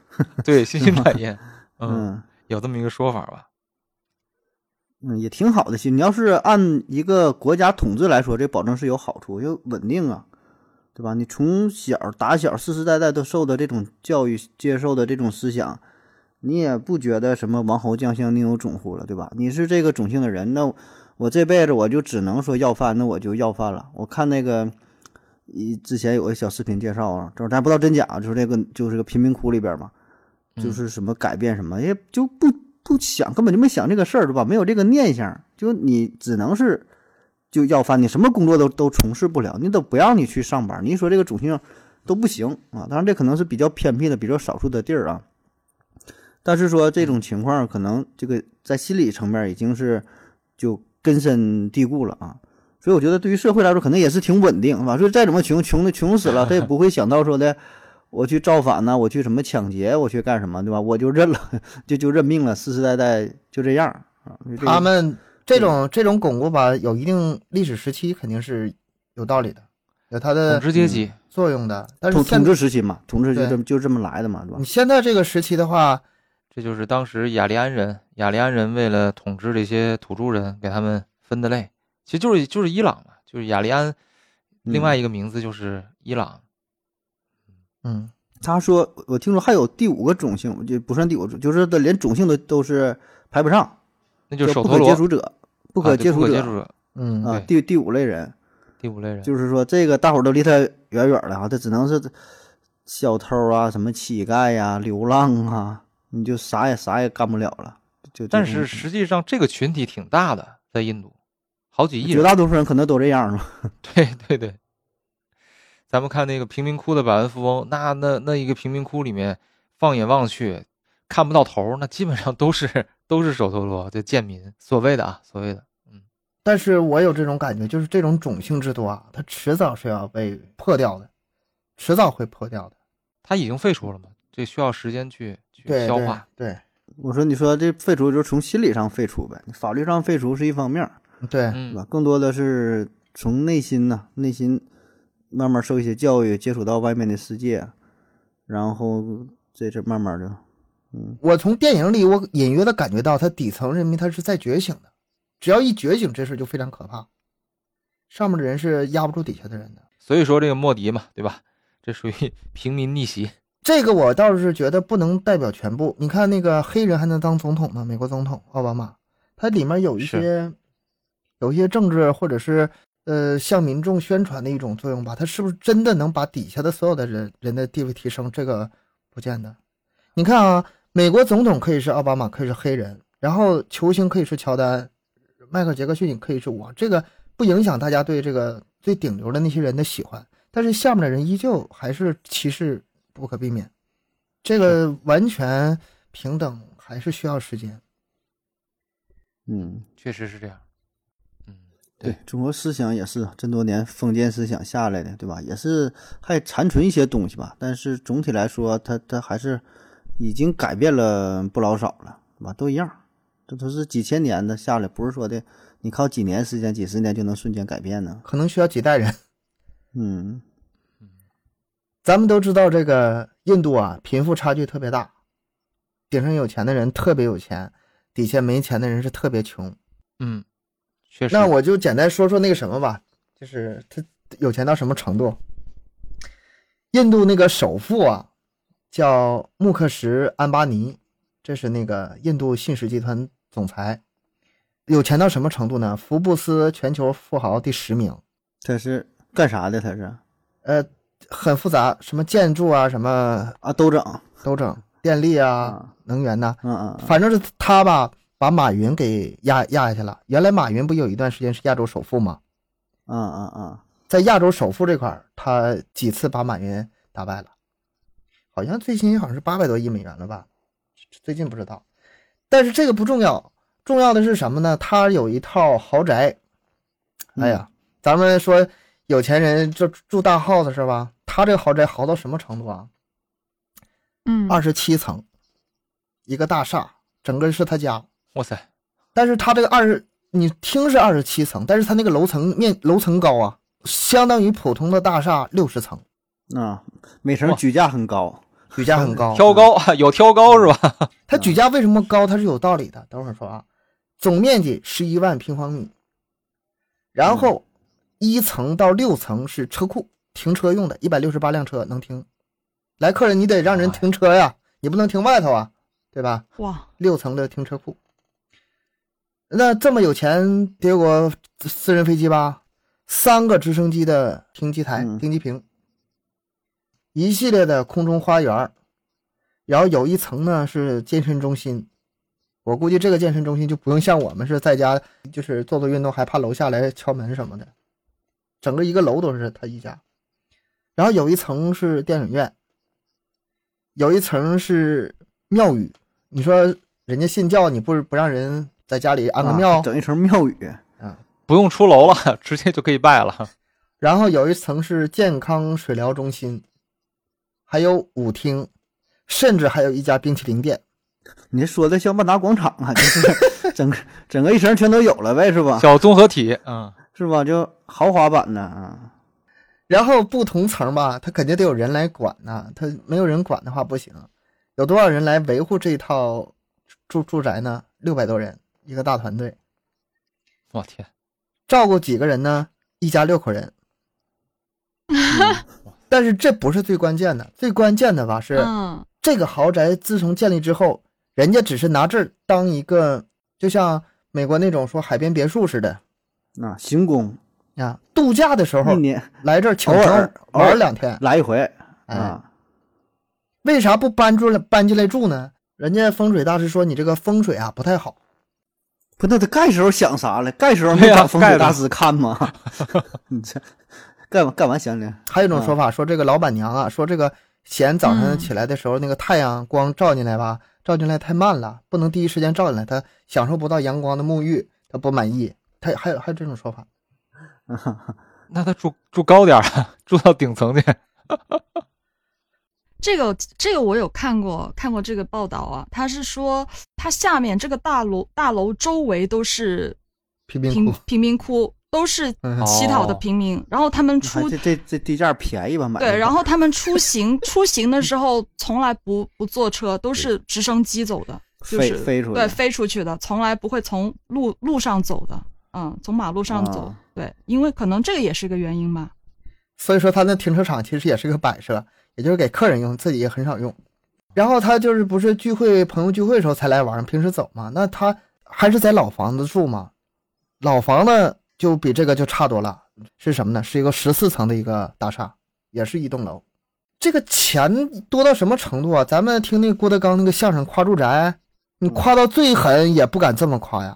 对新兴产业， 嗯，嗯有这么一个说法吧？嗯，也挺好的。其实你要是按一个国家统治来说，这保证是有好处，又稳定啊，对吧？你从小打小世世代代都受的这种教育，接受的这种思想，你也不觉得什么王侯将相宁有种乎了，对吧？你是这个种姓的人，那我这辈子我就只能说要饭，那我就要饭了。我看那个。一之前有个小视频介绍啊，就是咱不知道真假，就是这个就是这个贫民窟里边嘛，就是什么改变什么，也就不不想，根本就没想这个事儿，对吧？没有这个念想，就你只能是就要饭，你什么工作都都从事不了，你都不让你去上班。你一说这个种姓都不行啊，当然这可能是比较偏僻的、比较少数的地儿啊。但是说这种情况，可能这个在心理层面已经是就根深蒂固了啊。所以我觉得对于社会来说，可能也是挺稳定，是吧？就是再怎么穷，穷的穷死了，他也不会想到说的我去造反呐、我去什么抢劫，我去干什么，对吧？我就认了， 就就认命了，世世代代就这样啊。就这个他们这种这种巩固吧，有一定历史时期肯定是有道理的，有它统的治阶级，作用的。但是统现统治时期嘛，统治就对这么就这么来的嘛，对吧你？现在这个时期的话，这就是当时雅利安人，雅利安人为了统治这些土著人，给他们分的类，其实就是就是伊朗嘛，就是雅利安，嗯另外一个名字就是伊朗。嗯，他说，我听说还有第五个种姓，就不算第五个种，就是他连种姓都都是排不上，那就叫是手不可陀罗啊接，触者，不不可接接触触者者，嗯啊第对第五类人，第五类人，就是说这个大伙儿都离他远远的啊，他只能是小偷啊、什么乞丐呀、流浪啊，你就啥也啥也干不了了。就这但种是实际上这个群体挺大的，在印度，好几亿绝人。大多数人可能都这样嘛。 对对对，咱们看那个贫民窟的百万富翁，那那那一个贫民窟里面，放眼望去看不到头儿，那基本上都是都是手陀罗，就贱民，所谓的啊，所谓的，嗯，但是我有这种感觉，就是这种种姓制度啊，它迟早是要被破掉的，迟早会破掉的。他已经废除了嘛，这需要时间去去对，消对化。，对我说，你说这废除就是从心理上废除呗，法律上废除是一方面儿，对，对嗯吧？更多的是从内心呐、内心慢慢受一些教育，接触到外面的世界，然后这这慢慢的，嗯，我从电影里我隐约的感觉到，它底层人民他是在觉醒的，只要一觉醒，这事儿就非常可怕。上面的人是压不住底下的人的。所以说这个莫迪嘛，对吧？这属于 平民逆袭，这个我倒是觉得不能代表全部。你看那个黑人还能当总统呢，美国总统奥巴马，他里面有一些，有一些政治或者是呃向民众宣传的一种作用吧。他是不是真的能把底下的所有的人人的地位提升？这个不见得。你看啊，美国总统可以是奥巴马，可以是黑人，然后球星可以是乔丹，迈克尔杰克逊可以是我，这个不影响大家对这个最顶流的那些人的喜欢。但是下面的人依旧还是歧视不可避免，这个完全平等还是需要时间。嗯，确实是这样。嗯，对对，中国思想也是啊这么多年封建思想下来的，对吧？也是还残存一些东西吧，但是总体来说，它它还是已经改变了不老少了，对吧？都一样，这都是几千年的下来，不是说的你靠几年时间、几十年就能瞬间改变呢。可能需要几代人。 嗯，咱们都知道这个印度啊，贫富差距特别大，顶上有钱的人特别有钱，底下没钱的人是特别穷。嗯，确实。那我就简单说说那个什么吧，就是他有钱到什么程度。印度那个首富啊，叫穆克什安巴尼，这是那个印度信实集团总裁，有钱到什么程度呢？福布斯全球富豪第十名。他是干啥的？他是呃，很复杂，什么建筑啊，什么啊，都整。都整，电力啊啊，能源呐、嗯嗯嗯，反正是他吧，把马云给压压下去了。原来马云不有一段时间是亚洲首富吗？嗯嗯嗯，在亚洲首富这块儿，他几次把马云打败了，好像最新好像是八百多亿美元了吧？最近不知道，但是这个不重要，重要的是什么呢？他有一套豪宅。嗯哎呀，咱们说有钱人就住大 house 是吧？他这个豪宅豪到什么程度啊？嗯，二十七层，一个大厦，整个是他家。哇塞，但是他这个二十，你听是二十七层，但是他那个楼层面楼层高啊，相当于普通的大厦六十层，啊，每层哇举价很高。举价很高。嗯挑高啊，有挑高是吧？ 它举价为什么高？它是有道理的。等会儿说啊，总面积十一万平方米，然后一层到六层是车库，停车用的，一百六十八辆车能停。来客人，你得让人哎呀停车呀，你不能停外头啊，对吧？哇，六层的停车库。那这么有钱，德国私人飞机吧，三个直升机的停机台、嗯停机坪，一系列的空中花园儿，然后有一层呢是健身中心。我估计这个健身中心就不用像我们是在家就是做做运动，还怕楼下来敲门什么的。整个一个楼都是他一家，然后有一层是电影院，有一层是庙宇。你说人家信教，你不是不让人在家里安个啊庙？整一层庙宇。不用出楼了，直接就可以拜了。然后有一层是健康水疗中心，还有舞厅，甚至还有一家冰淇淋店。你说的像万达广场啊，就是整个整个一层全都有了呗，是啊吧？小综合体，嗯，是吧？就豪华版的啊。然后不同层吧，他肯定得有人来管呐、他没有人管的话不行。有多少人来维护这套住住宅呢？六百多人，一个大团队。我天，照顾几个人呢？一家六口人。嗯但是这不是最关键的，最关键的吧是、嗯，这个豪宅自从建立之后，人家只是拿这儿当一个，就像美国那种说海边别墅似的啊，行宫啊，度假的时一候年来这儿请偶尔玩偶尔玩两天，来一回哎啊，为啥不搬出来搬进来住呢？人家风水大师说你这个风水啊不太好，不，那他盖时候想啥了？盖时候没对呀找风盖水的大师看吗？你这干嘛干嘛想的？还有一种说法，说这个老板娘啊，说这个嫌早上起来的时候、那个太阳光照进来吧，照进来太慢了，不能第一时间照进来，她享受不到阳光的沐浴，她不满意。她还有还有这种说法，那他住住高点儿啊，住到顶层去。这个这个我有看过，看过这个报道啊，他是说他下面这个大楼大楼周围都是贫民贫窟。贫民窟，都是嗯乞讨的哦平民，然后他们还出这这这地价便宜吧？买对，然后后他们 出行出行的时候从来不不坐车，都是直升机走的，就飞是飞出去，对飞出去的，从来不会从路路上走的，嗯，从马路上走，啊对，因为可能这个也是个原因吧。所以说他那停车场其实也是个摆设，也就是给客人用，自己也很少用。然后他就是不是聚会朋友聚会的时候才来玩，平时走嘛，那他还是在老房子住嘛，老房子就比这个就差多了，是什么呢？是一个十四层的一个大厦，也是一栋楼。这个钱多到什么程度啊？咱们听那郭德纲那个相声夸住宅，你夸到最狠也不敢这么夸呀，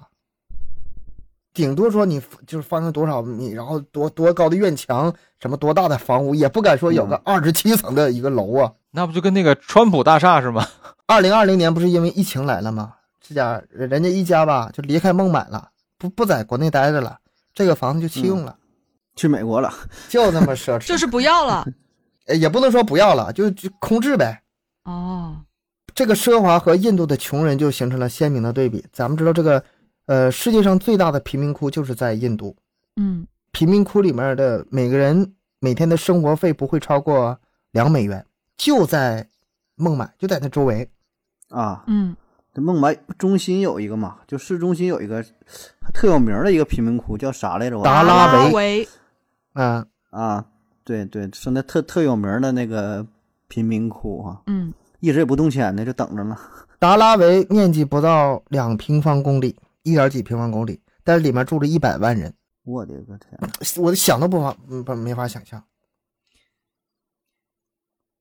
顶多说你就是翻了多少米，然后多多高的院墙，什么多大的房屋，也不敢说有个二十七层的一个楼啊。那不就跟那个川普大厦是吗？ 二零二零年不是因为疫情来了吗？这家人家一家吧就离开孟买了，不不在国内待着了，这个房子就弃用了，去美国了。嗯就那么 奢侈，就是不要了呃也不能说不要了，就就空置呗。哦，这个奢华和印度的穷人就形成了鲜明的对比。咱们知道，这个呃，世界上最大的贫民窟就是在印度。嗯贫民窟里面的每个人每天的生活费不会超过两美元，就在孟买，就在它周围。啊，嗯这孟买中心有一个嘛，就市中心有一个特有名儿的一个贫民窟，叫啥来着？我达拉维维，啊、啊，对对，是那特特有名儿的那个贫民窟啊，嗯一直也不动迁呢，就等着呢。达拉维面积不到两平方公里，一点几平方公里，但是里面住了一百万人，我的个天！我想都不法嗯不没法想象。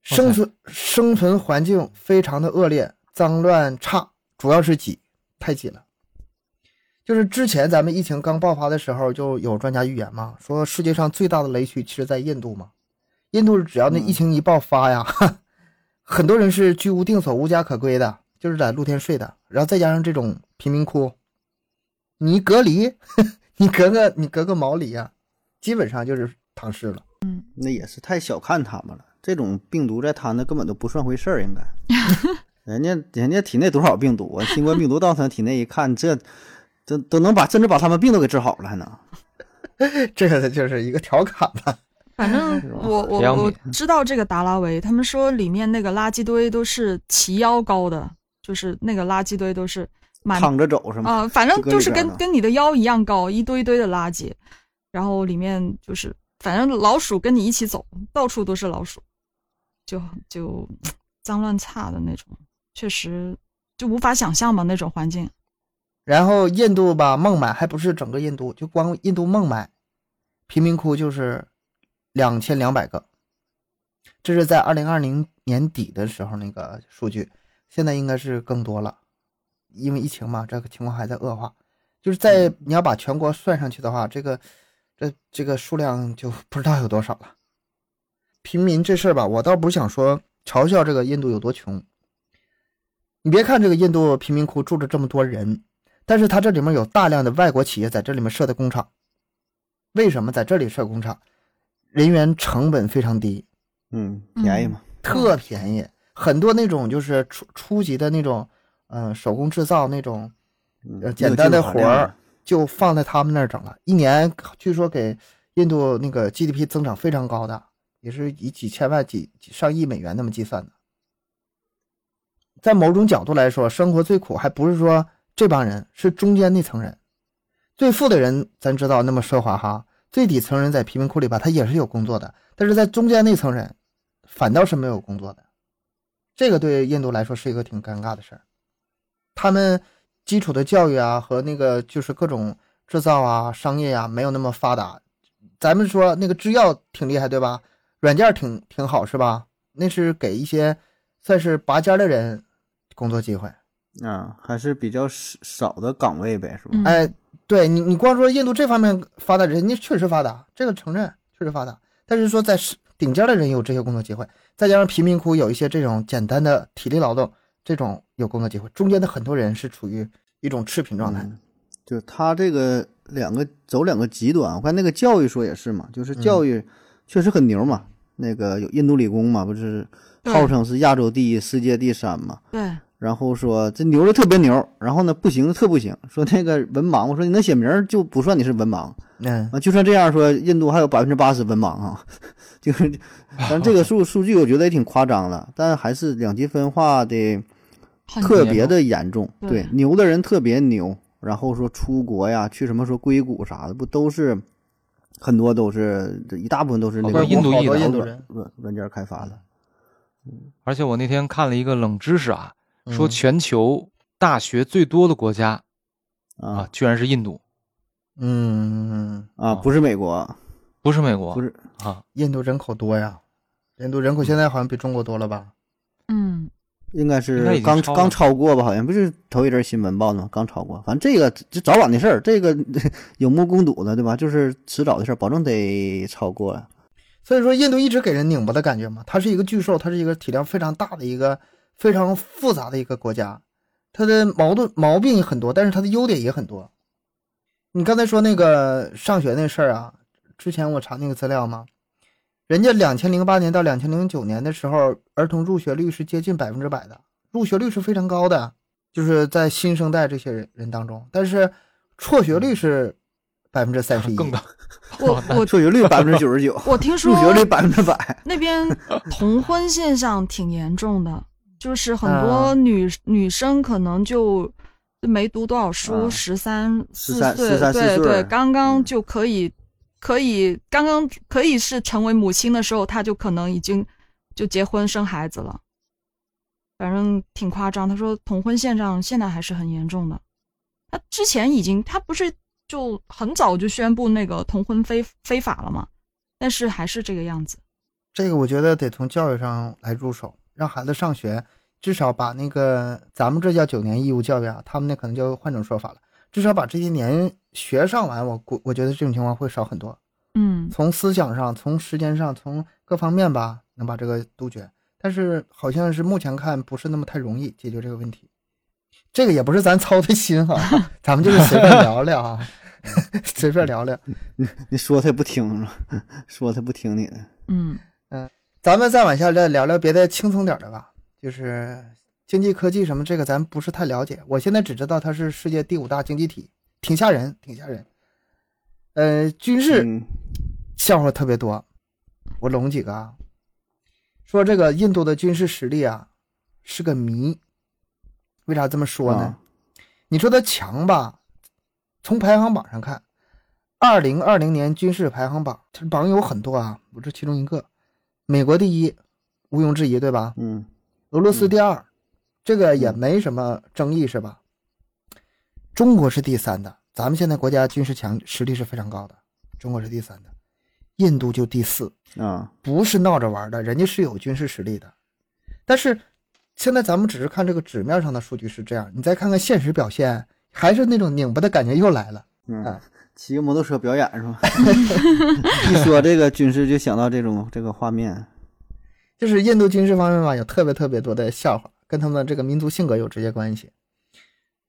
塞生存生存环境非常的恶劣，脏乱差，主要是挤，太挤了。就是之前咱们疫情刚爆发的时候，就有专家预言嘛，说世界上最大的雷区其实在印度嘛。印度只要那嗯疫情一爆发呀， 很多人是居无定所、无家可归的，就是在露天睡的。然后再加上这种贫民窟，你隔离， 你隔个你隔个毛离呀、基本上就是躺尸了。那也是太小看他们了。这种病毒在他那根本都不算回事儿，应该。人家人家体内多少病毒啊？新冠病毒到他体内一看，这这都能把甚至把他们病都给治好了，还能这个就是一个调侃吧。反哎正我我不要我脸知道这个达拉维，他们说里面那个垃圾堆都是齐腰高的，就是那个垃圾堆都是满躺着走是吗？啊，反正就跟就是里边跟呢跟你的腰一样高，一堆一堆的垃圾，然后里面就是反正老鼠跟你一起走，到处都是老鼠，就就脏乱差的那种，确实就无法想象吧那种环境。然后印度吧，孟买还不是整个印度，就光印度孟买贫民窟就是两千两百个，这是在二零二零年底的时候那个数据，现在应该是更多了，因为疫情嘛，这个情况还在恶化。就是在你要把全国算上去的话，这个这这个数量就 不知道有多少了。贫民这事儿吧，我倒不是想说嘲笑这个印度有多穷，你别看这个印度贫民窟住着这么多人，但是它这里面有大量的外国企业在这里面设的工厂。为什么在这里设工厂？人员成本非常低，嗯，便宜嘛。特便宜。很多那种就是初初级的那种，嗯，手工制造那种，嗯呃简单的活儿，没有技术含量啊就放在他们那儿整了。一年据说给印度那个 GDP 增长非常高的，也是以几千万、几几上亿美元那么计算的。在某种角度来说，生活最苦还不是说这帮人，是中间那层人。最富的人咱知道那么奢华哈，最底层人在贫民窟里吧，他也是有工作的，但是在中间那层人反倒是没有工作的。这个对印度来说是一个挺尴尬的事儿。他们基础的教育啊和那个就是各种制造啊、商业啊没有那么发达。咱们说那个制药挺厉害，对吧？软件挺挺好，是吧？那是给一些算是拔尖儿的人工作机会。啊，还是比较少少的岗位呗，是吧？嗯哎，对你，你光说印度这方面发达，人家确实发达，这个承认确实发达。但是说在是顶尖的人有这些工作机会，再加上贫民窟有一些这种简单的体力劳动，这种有工作机会，中间的很多人是处于一种赤贫状态。嗯就他这个两个走两个极端，我看那个教育说也是嘛，就是嗯教育确实很牛嘛。那个有印度理工嘛，不是对号称是亚洲第一、世界第三嘛？对，然后说这牛的特别牛，然后呢不行的特不行，说那个文盲，我说你能写名儿就不算你是文盲嗯，啊，就算这样说，印度还有百分之八十文盲啊， 就是，但这 个数数据我觉得也挺夸张了，但还是两极分化的很特别的严重，对对，牛的人特别牛，然后说出国呀，去什么说硅谷啥的，不都是很多都是这一大部分都是那个好多印度裔的好多印度人软软软件开发的，而且我那天看了一个冷知识啊，说嗯全球大学最多的国家啊啊，居然是印度，嗯，啊，不是美国，不是美国，不是啊，印度人口多呀，印度人口现在好像比中国多了吧？嗯应该应该是已经刚超了刚超过吧，好像不是头一阵新闻报的吗？刚超过，反正这个这早晚的事儿，这个 有目共睹的，对吧？就是迟早的事儿，保证得超过呀。所以说，印度一直给人拧巴的感觉嘛，它是一个巨兽，它是一个体量非常大的一个非常复杂的一个国家，它的矛盾毛病很多，但是它的优点也很多。你刚才说那个上学那事儿啊，之前我查那个资料嘛，人家两千零八年到两千零九年的时候，儿童入学率是接近百分之百的，入学率是非常高的，就是在新生代这些人人当中，但是辍学率是百分之三十一，更高。我我辍学率百分之九十 九，我听说入学率百分之百。那边同婚现象挺严重的， 就是很多女、女生可能就没读多少书，啊嗯十三四13岁， 13对14对，岁刚刚嗯就可以、可以刚刚可以是成为母亲的时候，她就可能已经就结婚生孩子了，反正挺夸张。他说同婚现象现在还是很严重的，他之前已经他不是就很早就宣布那个同婚非非法了嘛，但是还是这个样子。这个我觉得得从教育上来入手，让孩子上学，至少把那个咱们这叫九年义务教育啊，他们那可能就换种说法了，至少把这些年学上完，我估我觉得这种情况会少很多。嗯，从思想上、从时间上、从各方面吧，能把这个杜绝。但是好像是目前看不是那么太容易解决这个问题。这个也不是咱操的心哈、咱们就是随便聊聊啊， 随便聊聊。你说他也不听是吧？ 说他不听你的。嗯咱们再往下再聊聊别的轻松点儿的吧，就是经济科技什么这个咱不是太了解，我现在只知道它是世界第五大经济体，挺吓人，挺吓人。呃，军事嗯笑话特别多，我拢几个啊。说这个印度的军事实力啊是个谜，为啥这么说呢？啊你说它强吧，从排行榜上看，二零二零年军事排行榜，它榜有很多啊，我这其中一个，美国第一，毋庸置疑，对吧？嗯，俄罗斯第二，这个也没什么争议，是吧？中国是第三的，咱们现在国家军事强实力是非常高的，中国是第三的，印度就第四，啊，不是闹着玩的，人家是有军事实力的。但是现在咱们只是看这个纸面上的数据是这样，你再看看现实表现，还是那种拧巴的感觉又来了。嗯啊，骑个摩托车表演是吧？ 一说这个军事，就想到这种这个画面。就是印度军事方面吧，有特别特别多的笑话，跟他们这个民族性格有直接关系。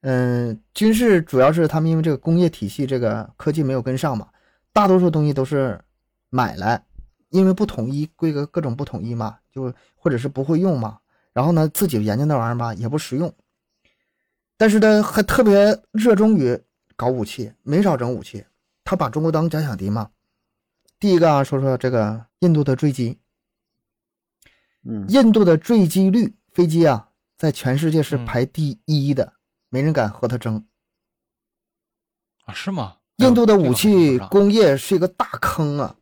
嗯，军事主要是他们因为这个工业体系这个科技没有跟上嘛，大多数东西都是买来，因为不统一，规格各种不统一嘛，就或者是不会用嘛，然后呢自己研究那玩意儿吧也不实用，但是呢还特别热衷于搞武器，没少整武器，他把中国当假想敌嘛。第一个啊，说说这个印度的坠机，嗯印度的坠机率飞机啊，在全世界是嗯排第一的，没人敢和它争。啊，是吗？哎呦印度的这个武我真不器知道工业是一个大坑啊，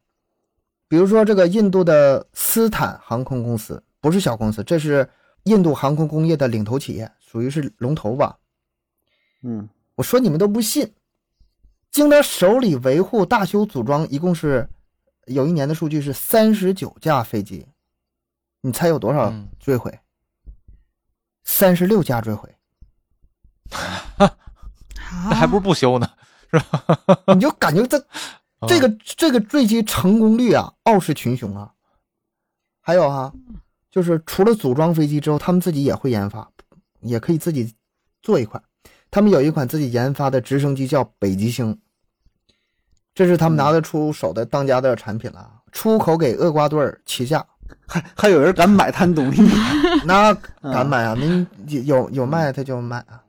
比如说这个印度的斯坦航空公司，不是小公司，这是印度航空工业的领头企业，属于是龙头吧。嗯我说你们都不信，经他手里维护、大修、组装，一共是有一年的数据是三十九架飞机，你猜有多少嗯坠毁？三十六架坠毁，啊那还不如不 修呢。你就感觉这这个这个坠机成功率啊，傲视群雄啊。还有哈、就是除了组装飞机之后，他们自己也会研发，也可以自己做一款。他们有一款自己研发的直升机叫北极星，这是他们拿得出手的当家的产品了啊，出口给厄瓜多尔旗下。还还有人敢买他的东西？那敢买啊？您有有卖他就买啊，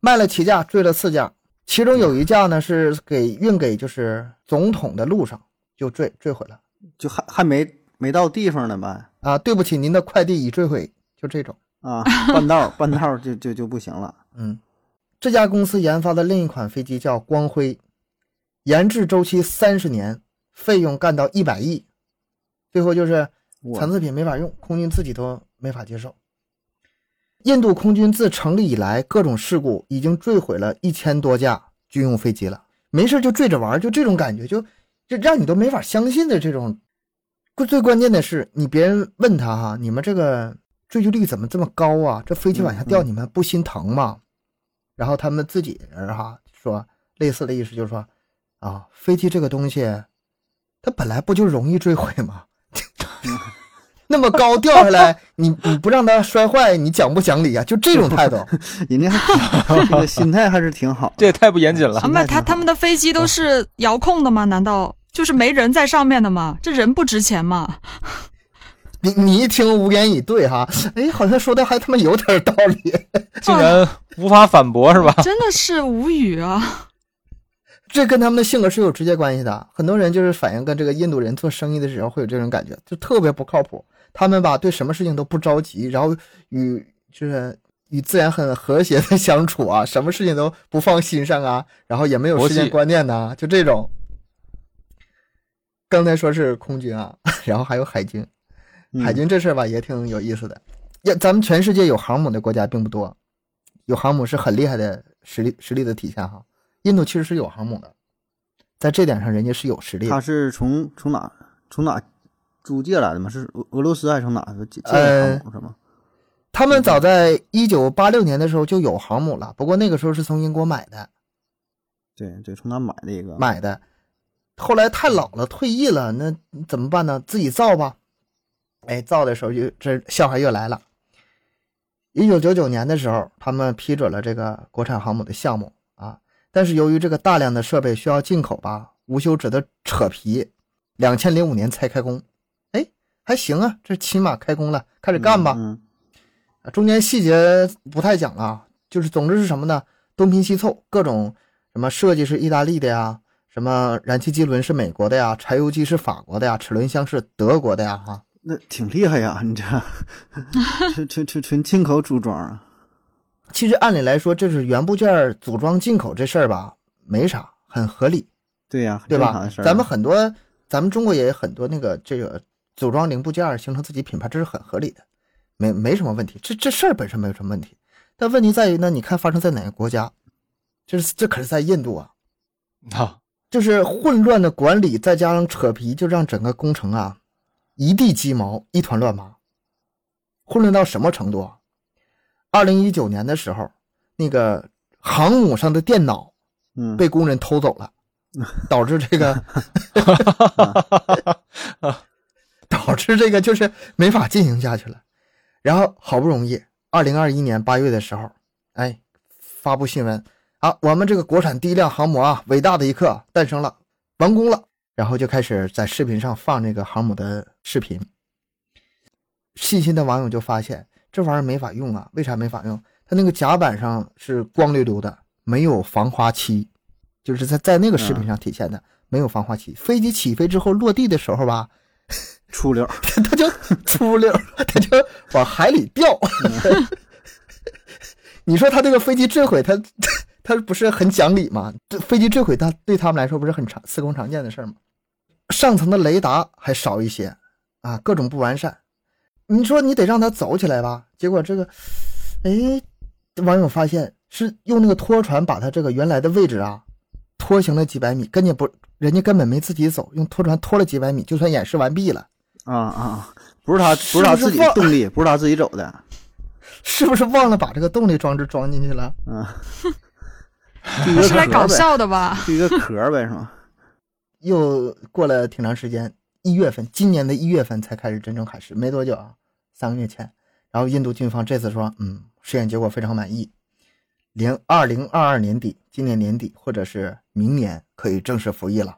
卖了七架，坠了四架，其中有一架呢是给运给就是总统的路上就坠坠毁了 就还还没没到地方呢呗？啊！对不起，您的快递已坠毁，就这种。 啊，半道儿半道儿就就就不行了。嗯，这家公司研发的另一款飞机叫光辉，研制周期三十年，费用干到一百亿，最后就是我残次品没法用，空军自己都没法接受。印度空军自成立以来，各种事故已经坠毁了一千多架军用飞机了。没事就坠着玩儿，就这种感觉，就就让你都没法相信的这种。最最关键的是，你别人问他哈，你们这个坠机率怎么这么高啊？这飞机往下掉，嗯嗯你们不心疼吗？然后他们自己人哈说类似的意思，就是说啊，飞机这个东西，它本来不就容易坠毁吗？那么高掉下来，你 你不让它摔坏，你讲不讲理啊？就这种 态度，人家还这个心态还是挺好的。这也太不严谨了啊，。现那在他挺他好们的飞机都是遥控的吗？难道就是没人在上面的吗？这人不值钱吗？你你一听无言以对哈，哎，好像说的还他妈有点道理， 竟然无法反驳是吧？ 真的是无语啊！这跟他们的性格是有直接关系的。很多人就是反映跟这个印度人做生意的时候会有这种感觉，就特别不靠谱。他们吧对什么事情都不着急，然后与就是与自然很和谐的相处啊，什么事情都不放心上啊，然后也没有佛时间系观念呐、就这种。刚才说是空军啊， 然后还有海军，嗯海军这事儿吧也挺有意思的。也，咱们全世界有航母的国家并不多，有航母是很厉害的实力实力的体现哈。印度其实是有航母的，在这点上人家是有实力他的。是从从哪从哪租借来的吗？是俄俄罗斯还是从哪借借呃的航母是吗？他们早在一九八六年的时候就有航母了，不过那个时候是从英国买的，对对，从哪买的一个？买的。后来太老了，退役了，那怎么办呢？自己造吧。哎，造的时候就这笑话又来了。一九九九年的时候，他们批准了这个国产航母的项目啊，但是由于这个大量的设备需要进口吧，无休止的扯皮，两千零五年才开工。哎，还行啊，这起码开工了，开始干吧。嗯，啊中间细节不太讲了啊，就是总之是什么呢？东拼西凑，各种什么设计是意大利的呀，什么燃气机轮是美国的呀，柴油机是法国的呀，齿轮箱是德国的呀，哈，那挺厉害呀，你这纯纯纯纯进口组装啊。其实按理来说，这是原部件组装进口这事儿吧，没啥，很合理，对呀、很对正常吧的事？儿啊咱们很多，咱们中国也有很多那个这个组装零部件形成自己品牌，这是很合理的，没没什么问题。这这事儿本身没有什么问题，但问题在于呢，你看发生在哪个国家？这是这可是在印度啊，啊，就是混乱的管理再加上扯皮，就让整个工程啊一地鸡毛，一团乱麻。混乱到什么程度啊？二零一九年的时候，那个航母上的电脑嗯，被工人偷走了，导致这个导致这个就是没法进行下去了。然后好不容易，二零二一年八月的时候，哎，发布新闻啊，我们这个国产第一辆航母啊，伟大的一刻诞生了，完工了。然后就开始在视频上放这个航母的视频。细心的网友就发现这玩意儿没法用啊，为啥没法用？它那个甲板上是光溜溜的，没有防滑漆，就是在在那个视频上体现的、没有防滑漆。飞机起飞之后落地的时候吧，出溜儿。他就出溜儿， 他就往海里掉。你说他这个飞机坠毁，他他不是很讲理吗？这飞机坠毁，他对他们来说不是很常司空常见的事儿吗？上层的雷达还少一些啊，各种不完善。你说你得让它走起来吧，结果这个，哎，网友发现是用那个拖船把它这个原来的位置啊拖行了几百米，根本不，人家根本没自己走，用拖船拖了几百米，就算演示完毕了。啊啊！不是他，是不是他不是自己放动力，不是他自己走的。 是不是忘了把这个动力装置装进去了？ 就一不个是来嗯壳搞呗，笑的吧？就一个壳儿呗，是吗？又过了挺长时间，一月份，今年的一月份才开始真正开始，没多久啊，三个月前。然后印度军方这次说，嗯，试验结果非常满意，零二零二二年底，今年年底或者是明年可以正式服役了。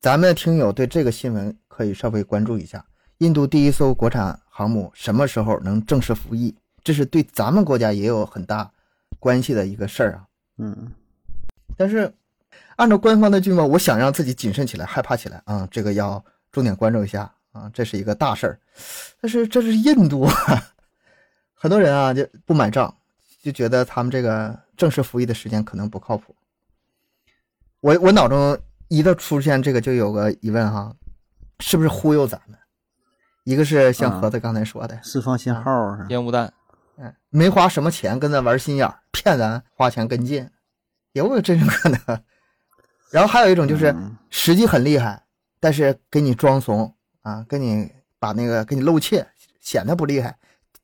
咱们听友对这个新闻可以稍微关注一下，印度第一艘国产航母什么时候能正式服役？这是对咱们国家也有很大关系的一个事儿啊。嗯，但是按照官方的军报，我想让自己谨慎起来，害怕起来啊、这个要重点关注一下啊，这是一个大事儿。但是这是印度啊， 很多人啊就不买账，就觉得他们这个正式服役的时间可能不靠谱。我我脑中一到出现这个就有个疑问哈，是不是忽悠咱们？一个是像啊盒子刚才说的，释放信号儿啊是吧烟雾弹，嗯，没花什么钱跟咱玩心眼儿，骗咱花钱跟进，也有这种可能。 然后还有一种就是嗯实际很厉害，但是给你装怂啊，给你把那个给你露怯，显得不厉害，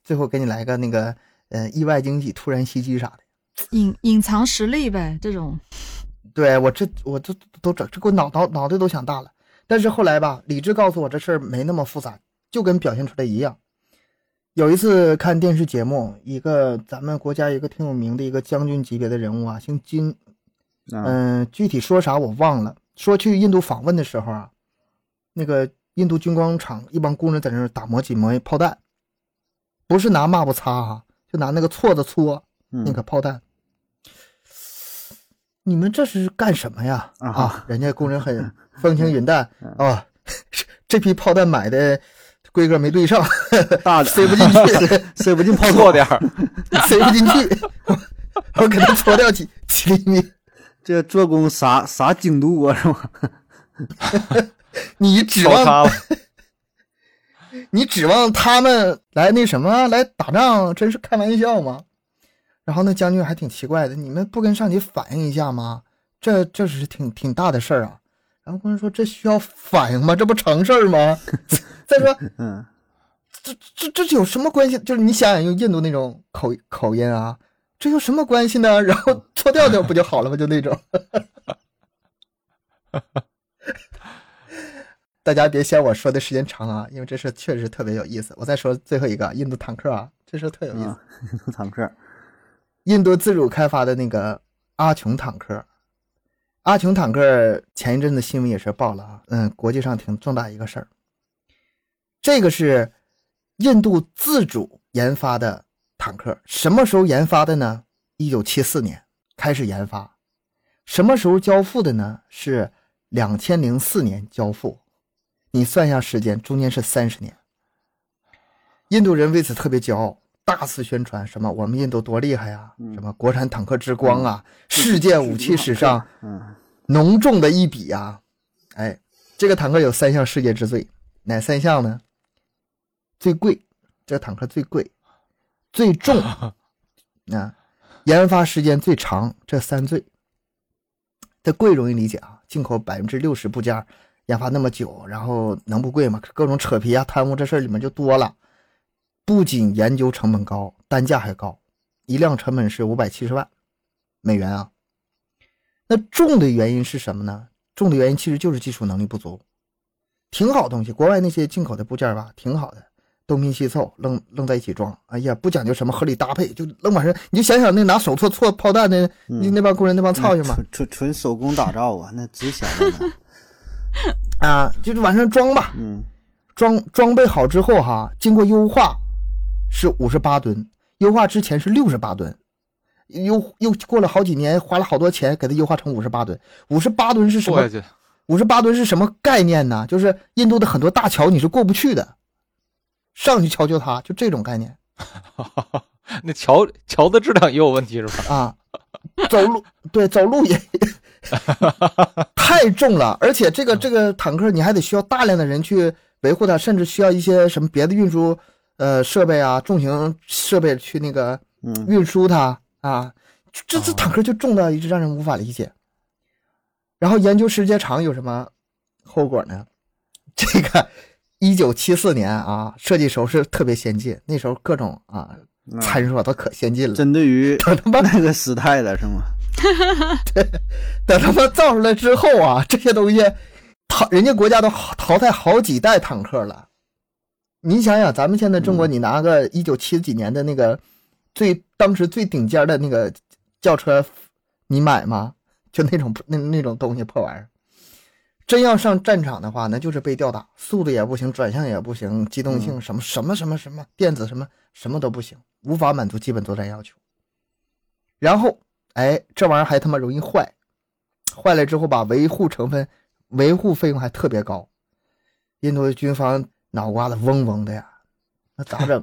最后给你来个那个呃意外惊喜、突然袭击啥的。隐隐藏实力呗，这种对我这我这都整这给我脑脑脑袋都想大了。但是后来吧，理智告诉我这事儿没那么复杂，就跟表现出来一样。有一次看电视节目，一个咱们国家一个挺有名的一个将军级别的人物啊，姓金，啊嗯、具体说啥我忘了。说去印度访问的时候啊，那个印度军工厂一帮工人在那儿打磨紧磨炮弹，不是拿抹布擦哈，就拿那个锉子搓嗯那个炮弹。你们这是干什么呀？啊嗯啊，人家工人很风轻云 淡啊，这批炮弹买的规格没对上， 大塞不进去， 塞 不进炮泡口错点儿，塞不进去， 我给它搓掉几几厘米。这做工啥啥精度啊，是吧？你指泡望擦了。你指望他们来那什么啊来打仗，真是开玩笑吗？然后那将军还挺奇怪的，你们不跟上级反映一下吗？这这是挺挺大的事儿啊。然后工人说：“这需要反应吗？这不常事儿吗？” 再说，嗯这这这有什么关系？就是你想想用印度那种口口音啊，这有什么关系呢？然后搓掉掉不就好了吗？就那种。 大家别嫌我说的时间长啊，因为这事确实特别有意思。我再说最后一个印度坦克啊，这事特有意思。啊，坦克印度自主开发的那个阿琼坦克，阿琼坦克前一阵子新闻也是报了啊，嗯，国际上挺重大一个事儿。这个是印度自主研发的坦克，什么时候研发的呢？一九七四年开始研发，什么时候交付的呢？是两千零四年交付。你算一下时间，中间是三十年。印度人为此特别骄傲，大肆宣传什么我们印度多厉害呀、嗯什么国产坦克之光啊，世界武器史上嗯浓重的一笔啊！哎，这个坦克有三项世界之最，哪三项呢？最贵，这个坦克最贵，最重啊，研发时间最长，这三最。这贵容易理解啊，进口百分之六十部件，研发那么久，然后能不贵吗？各种扯皮啊、贪污这事儿里面就多了。不仅研究成本高，单价还高，一辆成本是五百七十万美元啊。那重的原因是什么呢？重的原因其实就是技术能力不足。挺好东西，国外那些进口的部件吧，挺好的，东拼西凑愣愣在一起装。哎呀，不讲究什么合理搭配，就愣往上。你就想想那拿手搓搓炮弹的、那那帮工人那帮操性嘛，纯纯纯手工打造啊，那值钱了呢。啊，就是往上装吧。嗯装装备好之后哈，经过优化是五十八吨，优化之前是六十八吨，又又过了好几年，花了好多钱给它优化成五十八吨。五十八吨是什过么下？去，五十八吨是什么概念呢？就是印度的很多大桥你是过不去的，上去瞧瞧它，就这种概念 那桥桥的质量也有问题是吧？啊。走路 对走路也太重了，而且这个这个坦克你还得需要大量的人去维护它，甚至需要一些什么别的运输呃设备啊、重型设备去那个嗯运输它啊，这这哦坦克就重到一直让人无法理解。然后研究时间长有什么后果呢？ 这个一九七四年啊，设计时候是特别先进，那时候各种啊嗯，参数啊都可先进了。 针对 于等他妈那个时代了是吗？等他妈造出来之后啊，这些东西淘人家国家都好淘汰好几代坦克了。你想想，咱们现在中国，你拿个一九七几年的那个最当时最顶尖的那个轿车，你买吗？就那种那那种东西破玩意儿，真要上战场的话，那就是被吊打，速度也不行，转向也不行，机动性什么什么什么什么，电子什么什么都不行，无法满足基本作战要求。然后，哎，这玩意儿还他妈容易坏，坏了之后吧，维护成分、维护费用还特别高。印度的军方脑瓜子嗡嗡的呀，那咋整？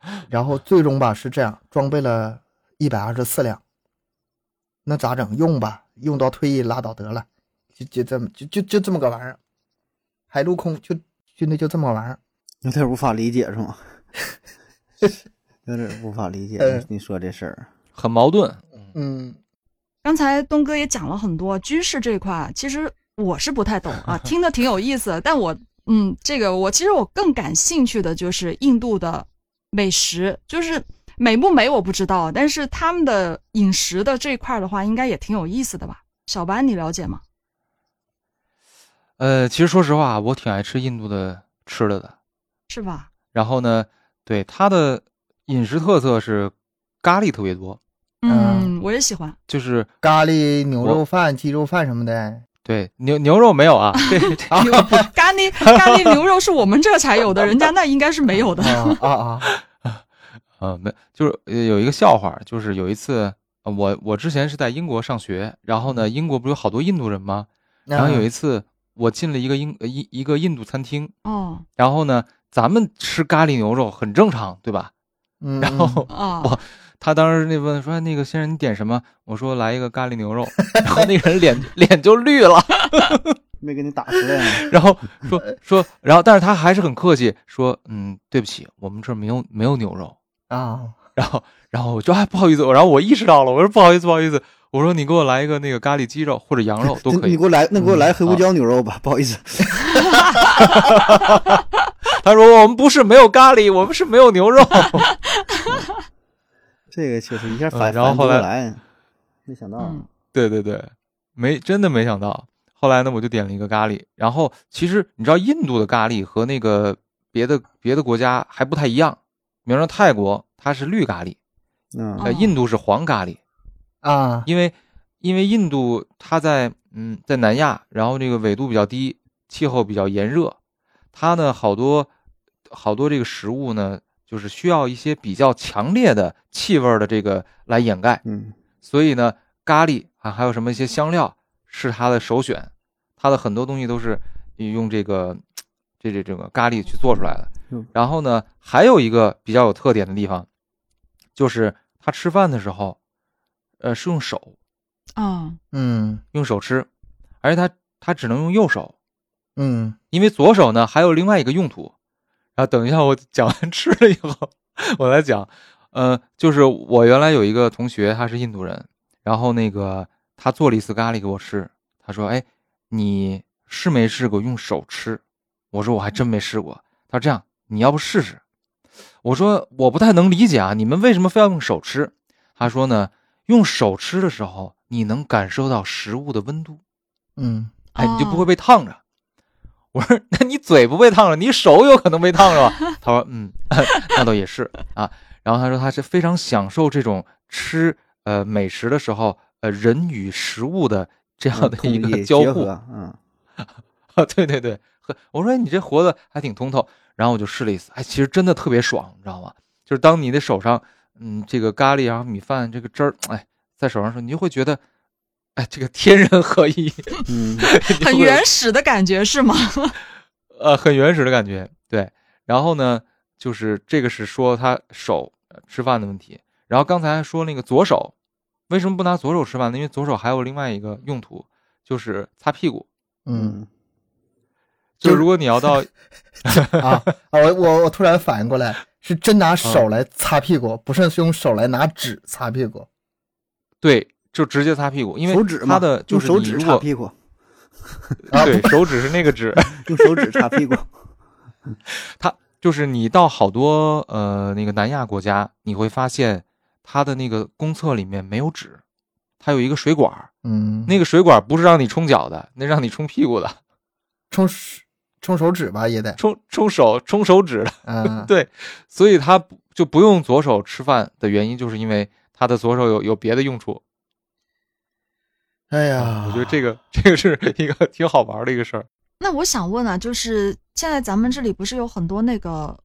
啊 然后最终吧是这样，装备了一百二十四辆，那咋整？用吧，用到退役拉倒得了，就就这么就就就这么个玩意儿，海陆空就军队就这么个玩意儿。有点无法理解是吗？ 有点无法理解嗯，你说这事儿， 很矛盾。嗯，刚才东哥也讲了很多军事这一块，其实我是不太懂啊，听得挺有意思，但我嗯，这个我其实我更感兴趣的就是印度的美食，就是美不美我不知道，但是他们的饮食的这一块的话，应该也挺有意思的吧？小班，你了解吗？呃，其实说实话，我挺爱吃印度的吃的的。是吧？然后呢，对它的饮食特色是咖喱特别多，嗯，我也喜欢。就是 咖喱牛肉饭、鸡肉饭什么的，对，牛牛肉没有 啊，这这牛咖喱咖喱牛肉是我们这才有的，人家那应该是没有的。啊啊啊！啊，没，就是呃有一个笑话，就是有一次，呃我我之前是在英国上学，然后呢，英国不是有好多印度人吗？然后有一次我进了一个英呃一一个印度餐厅，哦然后呢，咱们吃咖喱牛肉很正常，对吧？嗯，然后啊，我他当时那问说哎那个先生你点什么？我说来一个咖喱牛肉， 然后那个人脸 脸就绿了，没给你打出来呢。然后说说，然后但是他还是很客气，说嗯对不起，我们这儿没有没有牛肉。嗯啊，然后然后我就哎不好意思，然后我意识到了，我说不好意思不好意思，我说你给我来一个那个咖喱鸡肉或者羊肉 都你可 你以给。我来，那给我来黑胡啊椒牛肉吧，不好意思。他说我们不是没有咖喱，我们是没有牛肉。这个确实一下反嗯然后反应不后过来来，没想到嗯对对对，没真的没想到。后来呢，我就点了一个咖喱。然后其实你知道，印度的咖喱和那个别的别的国家还不太一样。比方说泰国，它是绿咖喱，嗯呃，哦印度是黄咖喱。啊，因为因为印度它在嗯在南亚，然后这个纬度比较低，气候比较炎热，它呢好多好多这个食物呢，就是需要一些比较强烈的气味儿的这个来掩盖，嗯，所以呢咖喱啊还有什么一些香料是它的首选，它的很多东西都是用这个这这这个咖喱去做出来的嗯。然后呢，还有一个比较有特点的地方，就是他吃饭的时候，呃，是用手啊嗯用手吃，而且他他只能用右手，嗯因为左手呢还有另外一个用途。然后等一下我讲完吃了以后，我来讲。呃，就是我原来有一个同学，他是印度人，然后那个他做了一次咖喱给我吃，他说：“哎，你试没试过用手吃？”我说：“我还真没试过。”他说：“这样，你要不试试？”我说：“我不太能理解啊，你们为什么非要用手吃？”他说：“呢，用手吃的时候，你能感受到食物的温度。”嗯哎，你就不会哦被烫着。我说，那你嘴不被烫着，你手有可能被烫着吧？ 他说，嗯，那倒也是啊。然后他说，他是非常享受这种吃呃美食的时候，呃人与食物的这样嗯的痛一个意交结互合。嗯，啊， 对对对，呵我说哎你这活的还挺通透。然后我就试了一次，哎，其实真的特别爽，你知道吗？就是当你的手上，嗯，这个咖喱然后米饭这个汁儿，哎，在手上的时候，你就会觉得，哎，这个天人合一， 嗯，你很会有原始的感觉是吗？呃，很原始的感觉。对，然后呢，就是这个是说他手呃吃饭的问题。然后刚才说那个左手，为什么不拿左手吃饭呢？因为左手还有另外一个用途，就是擦屁股。嗯就就是如果你 要到 啊啊！我我我突然反应过来，是真拿手来擦屁股，不是用手来拿纸擦屁股。对，就直接擦屁股，因为手指他嘛的就用是手你指如擦果屁 股，啊 对手指是那个指，用手指擦 屁股。就是你到好多呃那个南亚国家，你会发现它的那个公厕里面没有纸，它有一个水管儿，嗯，那个水管儿不是让你冲脚的，那让你冲屁股的。冲手冲手指吧也得冲冲手冲手指的，，啊 嗯对，所以他不就不用左手吃饭的原因，就是因为他的左手有有别的用处。哎呀，我觉得这啊个 这个是一个挺好玩的一个事儿。那我想问啊，就是现在咱们这里不是有很多那个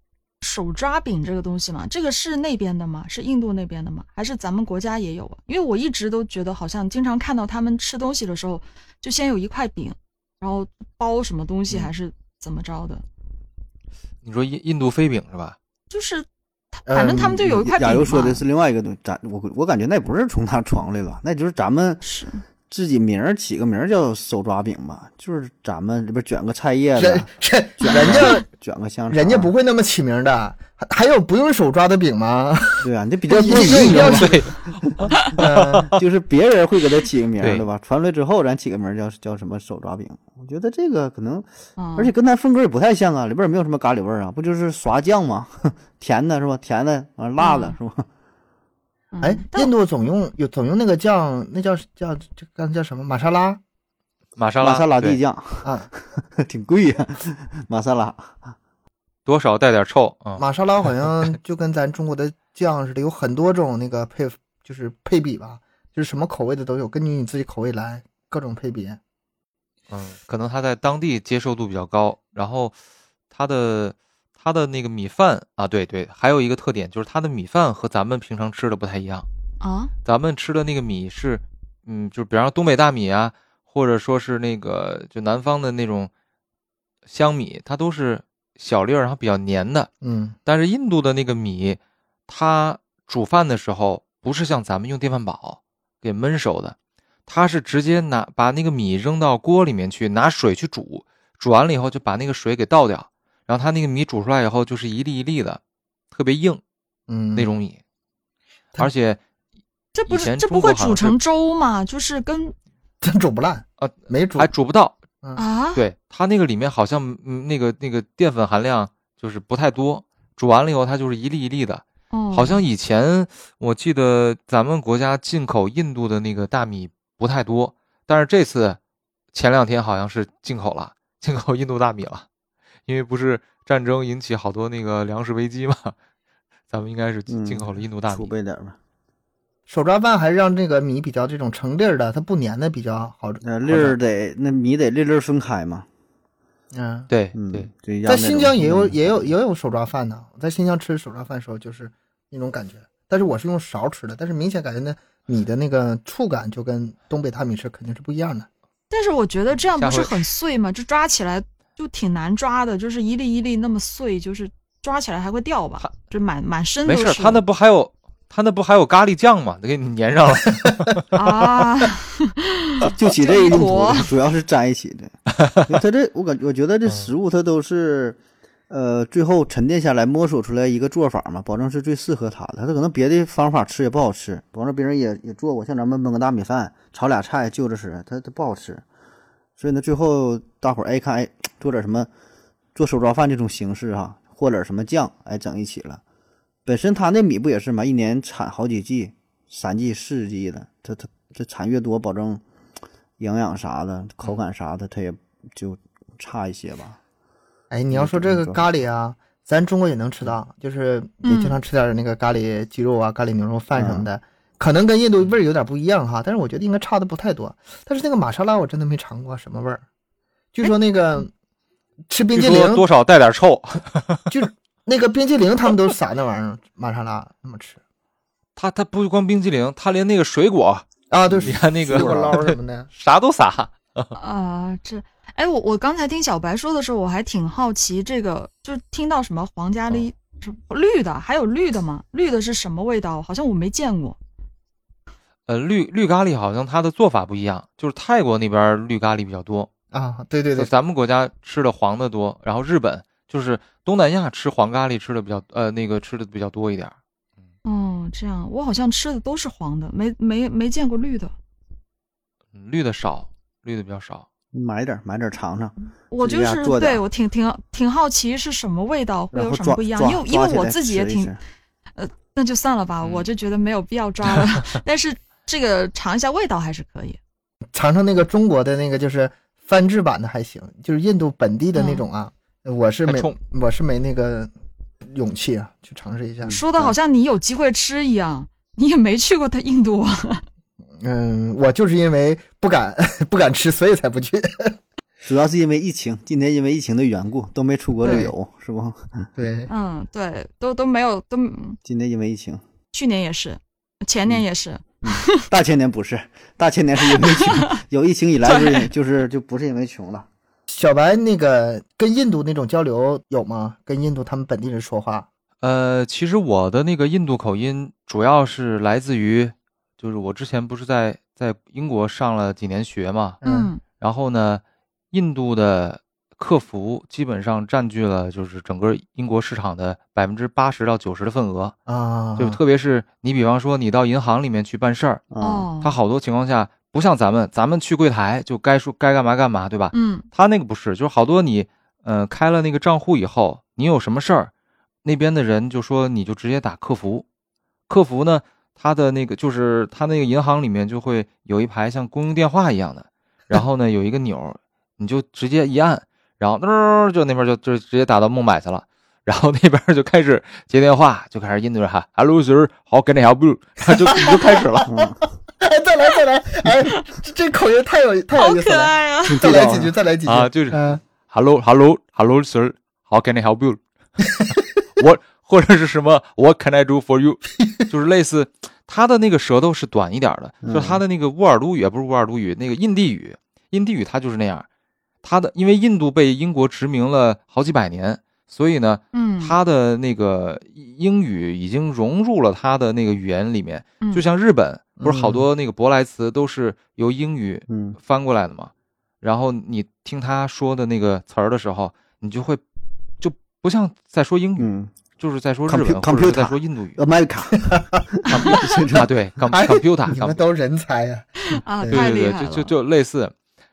手抓饼这个东西吗？这个是那边的吗？是印度那边的吗？还是咱们国家也有啊？因为我一直都觉得，好像经常看到他们吃东西的时候，就先有一块饼，然后包什么东西嗯还是怎么着的，你说印印度飞饼是吧？就是他呃反正他们就有一块饼亚嘛。游说的是另外一个东西，咱我我感觉那不是从他传过来的，那就是咱们是自己名儿起个名儿叫手抓饼吧，就是咱们这边卷个菜叶子， 人人卷人家个卷个香肠，啊人家不会那么起名的，还还有不用手抓的饼 吗？对啊，你这比较不不一定一要样起吧，嗯对，就是别人会给他起个名儿对对吧？传出来之后，咱起个名儿叫叫什么手抓饼？我觉得这个可能，嗯啊，而且跟咱风格也不太像啊，里边也没有什么咖喱味儿啊，不就是刷酱吗？ 甜的是吧？甜的完了辣的是吧？嗯哎，但印度总用有总用那个酱，那叫叫这刚才叫什么玛莎拉玛莎拉玛莎拉蒂对酱啊， 挺贵呀、玛莎拉。多少带点臭啊、嗯玛莎拉好像就跟咱中国的酱似的，有很多种那个配就是配比吧，就是什么口味的都有，根据你自己口味来各种配比。嗯，可能他在当地接受度比较高，然后他的他的那个米饭啊，对对，还有一个特点就是他的米饭和咱们平常吃的不太一样，啊，咱们吃的那个米是，嗯，就比方说东北大米啊，或者说是那个就南方的那种香米，它都是小粒儿，然后比较黏的，嗯但是印度的那个米，它煮饭的时候不是像咱们用电饭煲给焖熟的，它是直接拿把那个米扔到锅里面去，拿水去煮，煮完了以后就把那个水给倒掉，然后它那个米煮出来以后就是一粒一粒的，特别硬嗯，那种米，它而且这不以是前这中不国会好像煮是成粥吗？就是跟真煮不烂啊，没煮还煮不到，啊，嗯对它那个里面好像嗯那个那个淀粉含量就是不太多，煮完了以后它就是一粒一粒的，哦好像以前我记得咱们国家进口印度的那个大米不太多，但是这次前两天好像是进口了，进口印度大米了，因为不是战争引起好多那个粮食危机嘛， 咱们应该是进嗯进口了印度大储米。备点儿吧。手抓饭还是让这个米比较这种成粒儿的，它不粘的比较好。呃，粒儿得那米得粒粒儿分开嘛。嗯，对嗯，对，对。在新疆也嗯有也有也有手抓饭呢。我在新疆吃手抓饭的时候就是那种感觉，但是我是用勺吃的，但是明显感觉那米的那个触感就跟东北大米吃肯定是不一样的。但是我觉得这样下不是回很碎吗？这抓起来就挺难抓的，就是一粒一粒那么碎，就是抓起来还会掉吧它，就满满身没都事是。儿，他那不还有他那不还有咖喱酱吗？得给你粘上了。 啊，就起这一用途坨，主要是粘一起的。它这我感我觉得这食物它都是，呃，最后沉淀下来摸索出来一个做法嘛，保证是最适合它的。它可能别的方法吃也不好吃，完了别人也也做过，像咱们焖个大米饭，炒俩菜就着吃，它它不好吃。所以呢，最后大伙儿哎看哎做点什么，做手抓饭这种形式哈、和点什么酱，哎整一起了。本身它那米不也是嘛，一年产好几季，三季四季的，它它这产越多，保证营养啥的、嗯口感啥的，它也就差一些吧。哎，嗯你要说这个咖喱啊，咱中国也能吃到，就是也经常吃点那个咖喱鸡肉啊、咖喱牛肉饭嗯什么的，可能跟印度味儿有点不一样哈，但是我觉得应该差的不太多。但是那个玛莎拉我真的没尝过什么味儿，据说那个吃 冰据激说凌，多少带点臭。就是那个冰激凌他们都撒那玩意儿，玛莎拉那么吃他他不光冰激凌，他连那个水果，啊，对， 你看那个，水果捞什么的啥都撒。啊，这，哎，我我刚才听小白说的时候，我还挺好奇，这个就听到什么皇家嗯梨、是绿的，还有绿的吗？绿的是什么味道？好像我没见过。呃，绿绿咖喱好像它的做法不一样，就是泰国那边绿咖喱比较多，啊，对对就对，咱们国家吃的黄的多，然后日本就是东南亚吃黄咖喱吃的比较呃那个吃的比较多一点儿。哦，这样，我好像吃的都是黄的，没没没见过绿的。嗯绿的少，绿的比较少。你买点儿买点儿尝尝，我自就己家是做的对我挺挺挺好奇是什么味道，会然有后什么抓不一样？抓因为因抓为起我来自己也吃一挺吃那就算了吧，嗯我就觉得没有必要抓 了。但是这个尝一下味道还是可以。尝尝那个中国的那个就是翻制版的还行，就是印度本地的那种啊，我是太没冲我是没那个勇气啊，去尝试一嗯下。说的好像你有机会吃一样，你也没去过他印度啊。嗯，我就是因为不敢 不敢吃，所以才不去。主要是因为疫情，今年因为疫情的缘故都没出国旅游，是不？ 对，嗯，对，都都没有，都今年因为疫情，去年也是，前嗯年也是。大前年不是，大前年是因 为疫情，有疫情以来就是就是就不是因为穷了。小白那个跟印度那种交流有吗？跟印度他们本地人说话呃，其实我的那个印度口音主要是来自于，就是我之前不是在在英国上了几年学嘛，嗯嗯然后呢，印度的客服基本上占据了就是整个英国市场的百分之八十到九十的份额，啊，就特别是你比方说你到银行里面去办事儿，哦啊、哦嗯他好多情况下不像咱们，咱们去柜台就该说该干嘛干嘛，对吧？嗯他那个不是，就是好多你呃开了那个账户以后，你有什么事儿，那边的人就说你就直接打客服，客服呢，他的那个就是他那个银行里面就会有一排像公用电话一样的，然后呢有一个钮儿，你就直接一按，然后嘚就那边就就直接打到孟买去了。然后那边就开始接电话，就开始印度人喊 “Hello sir，好，跟那 help you”，就你就开始了。嗯， 再来再来，哎，这这口音太有太好有意思可了，爱啊！挺再地道来的几句，再来几句啊，就是呃嗯， Hello Hello Hello Sir, How can I help you？我或者是什么 What can I do for you？就是类似他的那个舌头是短一点的，嗯就他的那个乌尔都语也不是乌尔都语，那个印地语，印地语它就是那样。他的因为印度被英国殖民了好几百年，所以呢，嗯，他的那个英语已经融入了他的那个语言里面。嗯就像日本，不是好多那个舶来词都是由英语 嗯翻过来的嘛。然后你听他说的那个词儿的时候，你就会就不像在说英语，嗯就是在说日文 Compu- 或者是在 computer 说印度语，America，啊，对，com 哎 computer，你 com 们都人才呀，啊，对太对厉对害，了，就就就类似。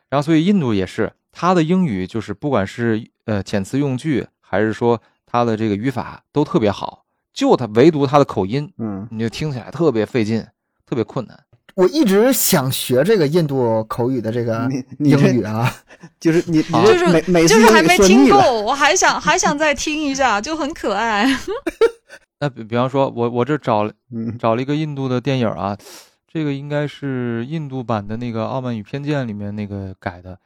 然后所以印度也是，它的英语就是不管是呃遣词用句，还是说它的这个语法都特别好，就它唯独它的口音，嗯，你就听起来特别费劲，特别困难。我一直想学这个印度口语的这个你你英这语啊，就是你你啊就这每是每次就英是语还没说听腻了够，我还想还想再听一下，就很可爱。那比比方说，我我这找了嗯找了一个印度的电影啊，这个应该是印度版的那个《傲慢与偏见》里面那个改的，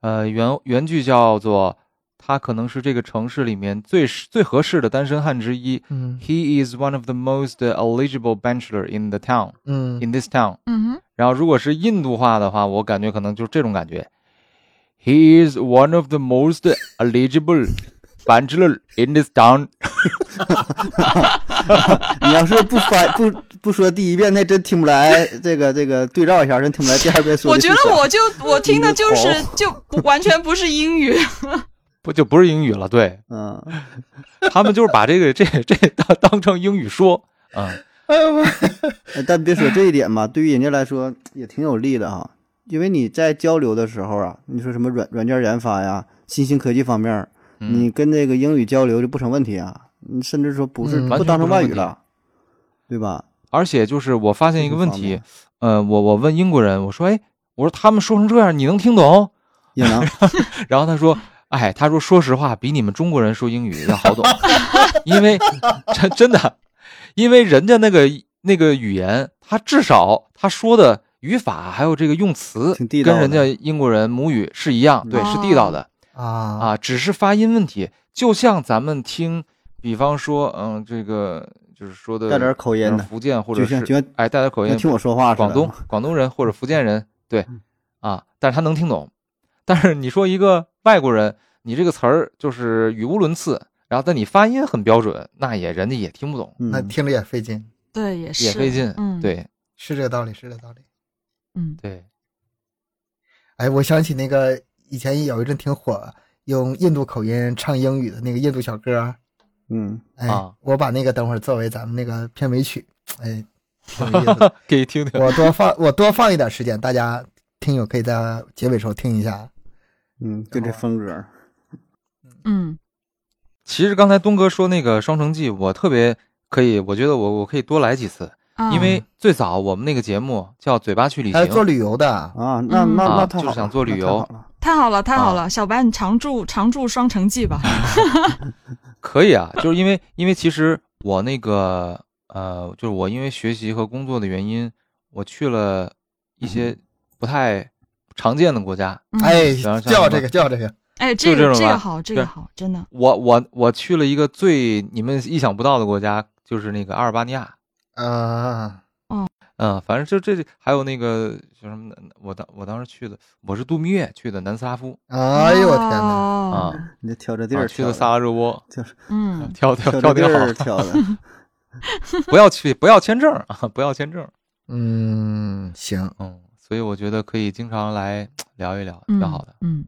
呃，原原剧叫做他可能是这个城市里面最适最合适的单身汉之一。嗯 He is one of the most eligible bachelor in the town, 嗯 in this town。嗯哼，然后如果是印度话的话，我感觉可能就是这种感觉。He is one of the most eligible bachelor in this town。你要是不翻不不说第一遍，那真听不来。这个这个对照一下，真听不来第二遍说我的觉是啥。得我就我听的就是好就不完全不是英语， 不就不是英语了？对嗯，他们就是把这个 这这当当成英语说，嗯，哎呦我哎但别说这一点嘛，对于人家来说也挺有利的哈。因为你在交流的时候啊，你说什么软软件研发呀、新兴科技方面儿，嗯你跟这个英语交流就不成问题啊。你甚至说不是嗯完不全当成不成外问语题了，对吧？而且就是我发现一个问这题个，呃，我我问英国人，我说，哎，我说他们说成这样，你能听懂？也能然后他说，哎，他说说实话，比你们中国人说英语要好懂， 因为真真的，因为人家那个那个语言，他至少他说的语法还有这个用词挺地，道跟的人家英国人母语是一样，对，是地道的。啊啊，只是发音问题，就像咱们听，比方说，嗯，这个就是说的带点口音呃的福建或者就像是就像哎带点口音像，听我说话似的。嗯广东广东人或者福建人，对啊，但是他能听懂。但是你说一个外国人，你这个词儿就是语无伦次，然后但你发音很标准，那也人家也听不懂，嗯，那听着也费劲，对，也是也费劲。嗯，，对是这个道理，是这个道理。嗯，对， 哎，我想起那个以前有一阵挺火，用印度口音唱英语的那个印度小歌儿，嗯，哎，啊我把那个等会儿作为咱们那个片尾曲，哎，挺有意思的。可以听听。我多放我多放一点时间，大家听友可以在结尾时候听一下。嗯，就这风格儿，嗯，其实刚才东哥说那个《双城记》，我特别可以，我觉得我我可以多来几次，啊嗯因为最早我们那个节目叫《嘴巴去旅行还是》，做旅游的，啊，嗯那那啊那太就好是了，想做旅那太游好了太好了，太好啊了，小白，你常驻常驻双城记 吧。可以啊，就是因为因为其实我那个呃，就是我因为学习和工作的原因，我去了一嗯些不太常见的国家。嗯哎，行行叫这个叫这个，哎，这就这个种个吧好，这对个好，真的。我我我去了一个最你们意想不到的国家，就是那个阿尔巴尼亚。啊，嗯，反正就这这还有那个叫什么的，我当我当时去的，我是度蜜月去的南斯拉夫哎呦我天哪！啊哦，，你这挑着地啊儿去挑的萨拉热窝，嗯，跳跳挑跳着挺地好儿，挑的， 不要去 不要签证啊，不要签证。嗯，行，嗯，所以我觉得可以经常来聊一聊，嗯挺好的。。嗯，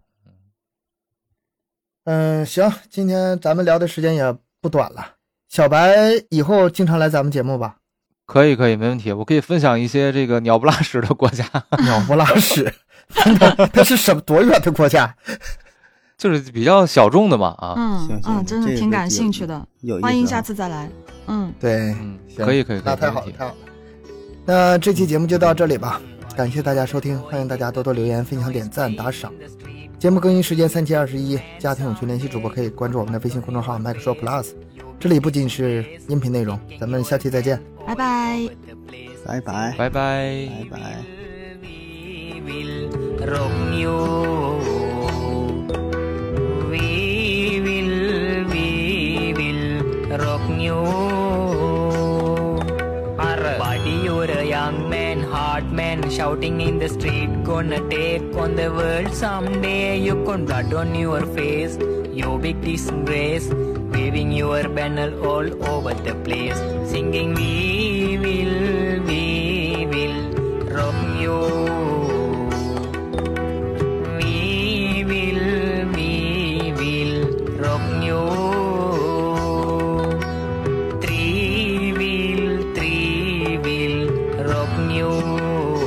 嗯，行，今天咱们聊的时间也不短了。小白以后经常来咱们节目 吧，可以可以，没问题。我可以分享一些这个鸟不拉屎的国家， 鸟不拉屎，他是什么多远的国家？就是比较小众的嘛啊。嗯行行嗯，真的这挺个感有兴趣的，有意欢迎思啊下次再来。嗯，对，嗯，行可以可以，可那以太没好了，问题太好了。那这期节目就到这里吧，感谢大家收听，欢迎大家多多留言、分享、点赞、打赏。节目更新时间三七二十一，家庭有群联系主播可以关注我们的微信公众号麦克说 Plus，这里不仅是音频内容，咱们下期再见。拜拜。拜拜，拜拜。拜拜。 Bye. will roam you. We will, we will rock you. Our body, you're a young man, hard man, shouting in the street. Gonna take on the world someday. You con blood on your face, you big disgrace. Waving your banner all over the place, singing, We will, we will rock you. We will, we will rock you. Three will, three will rock you.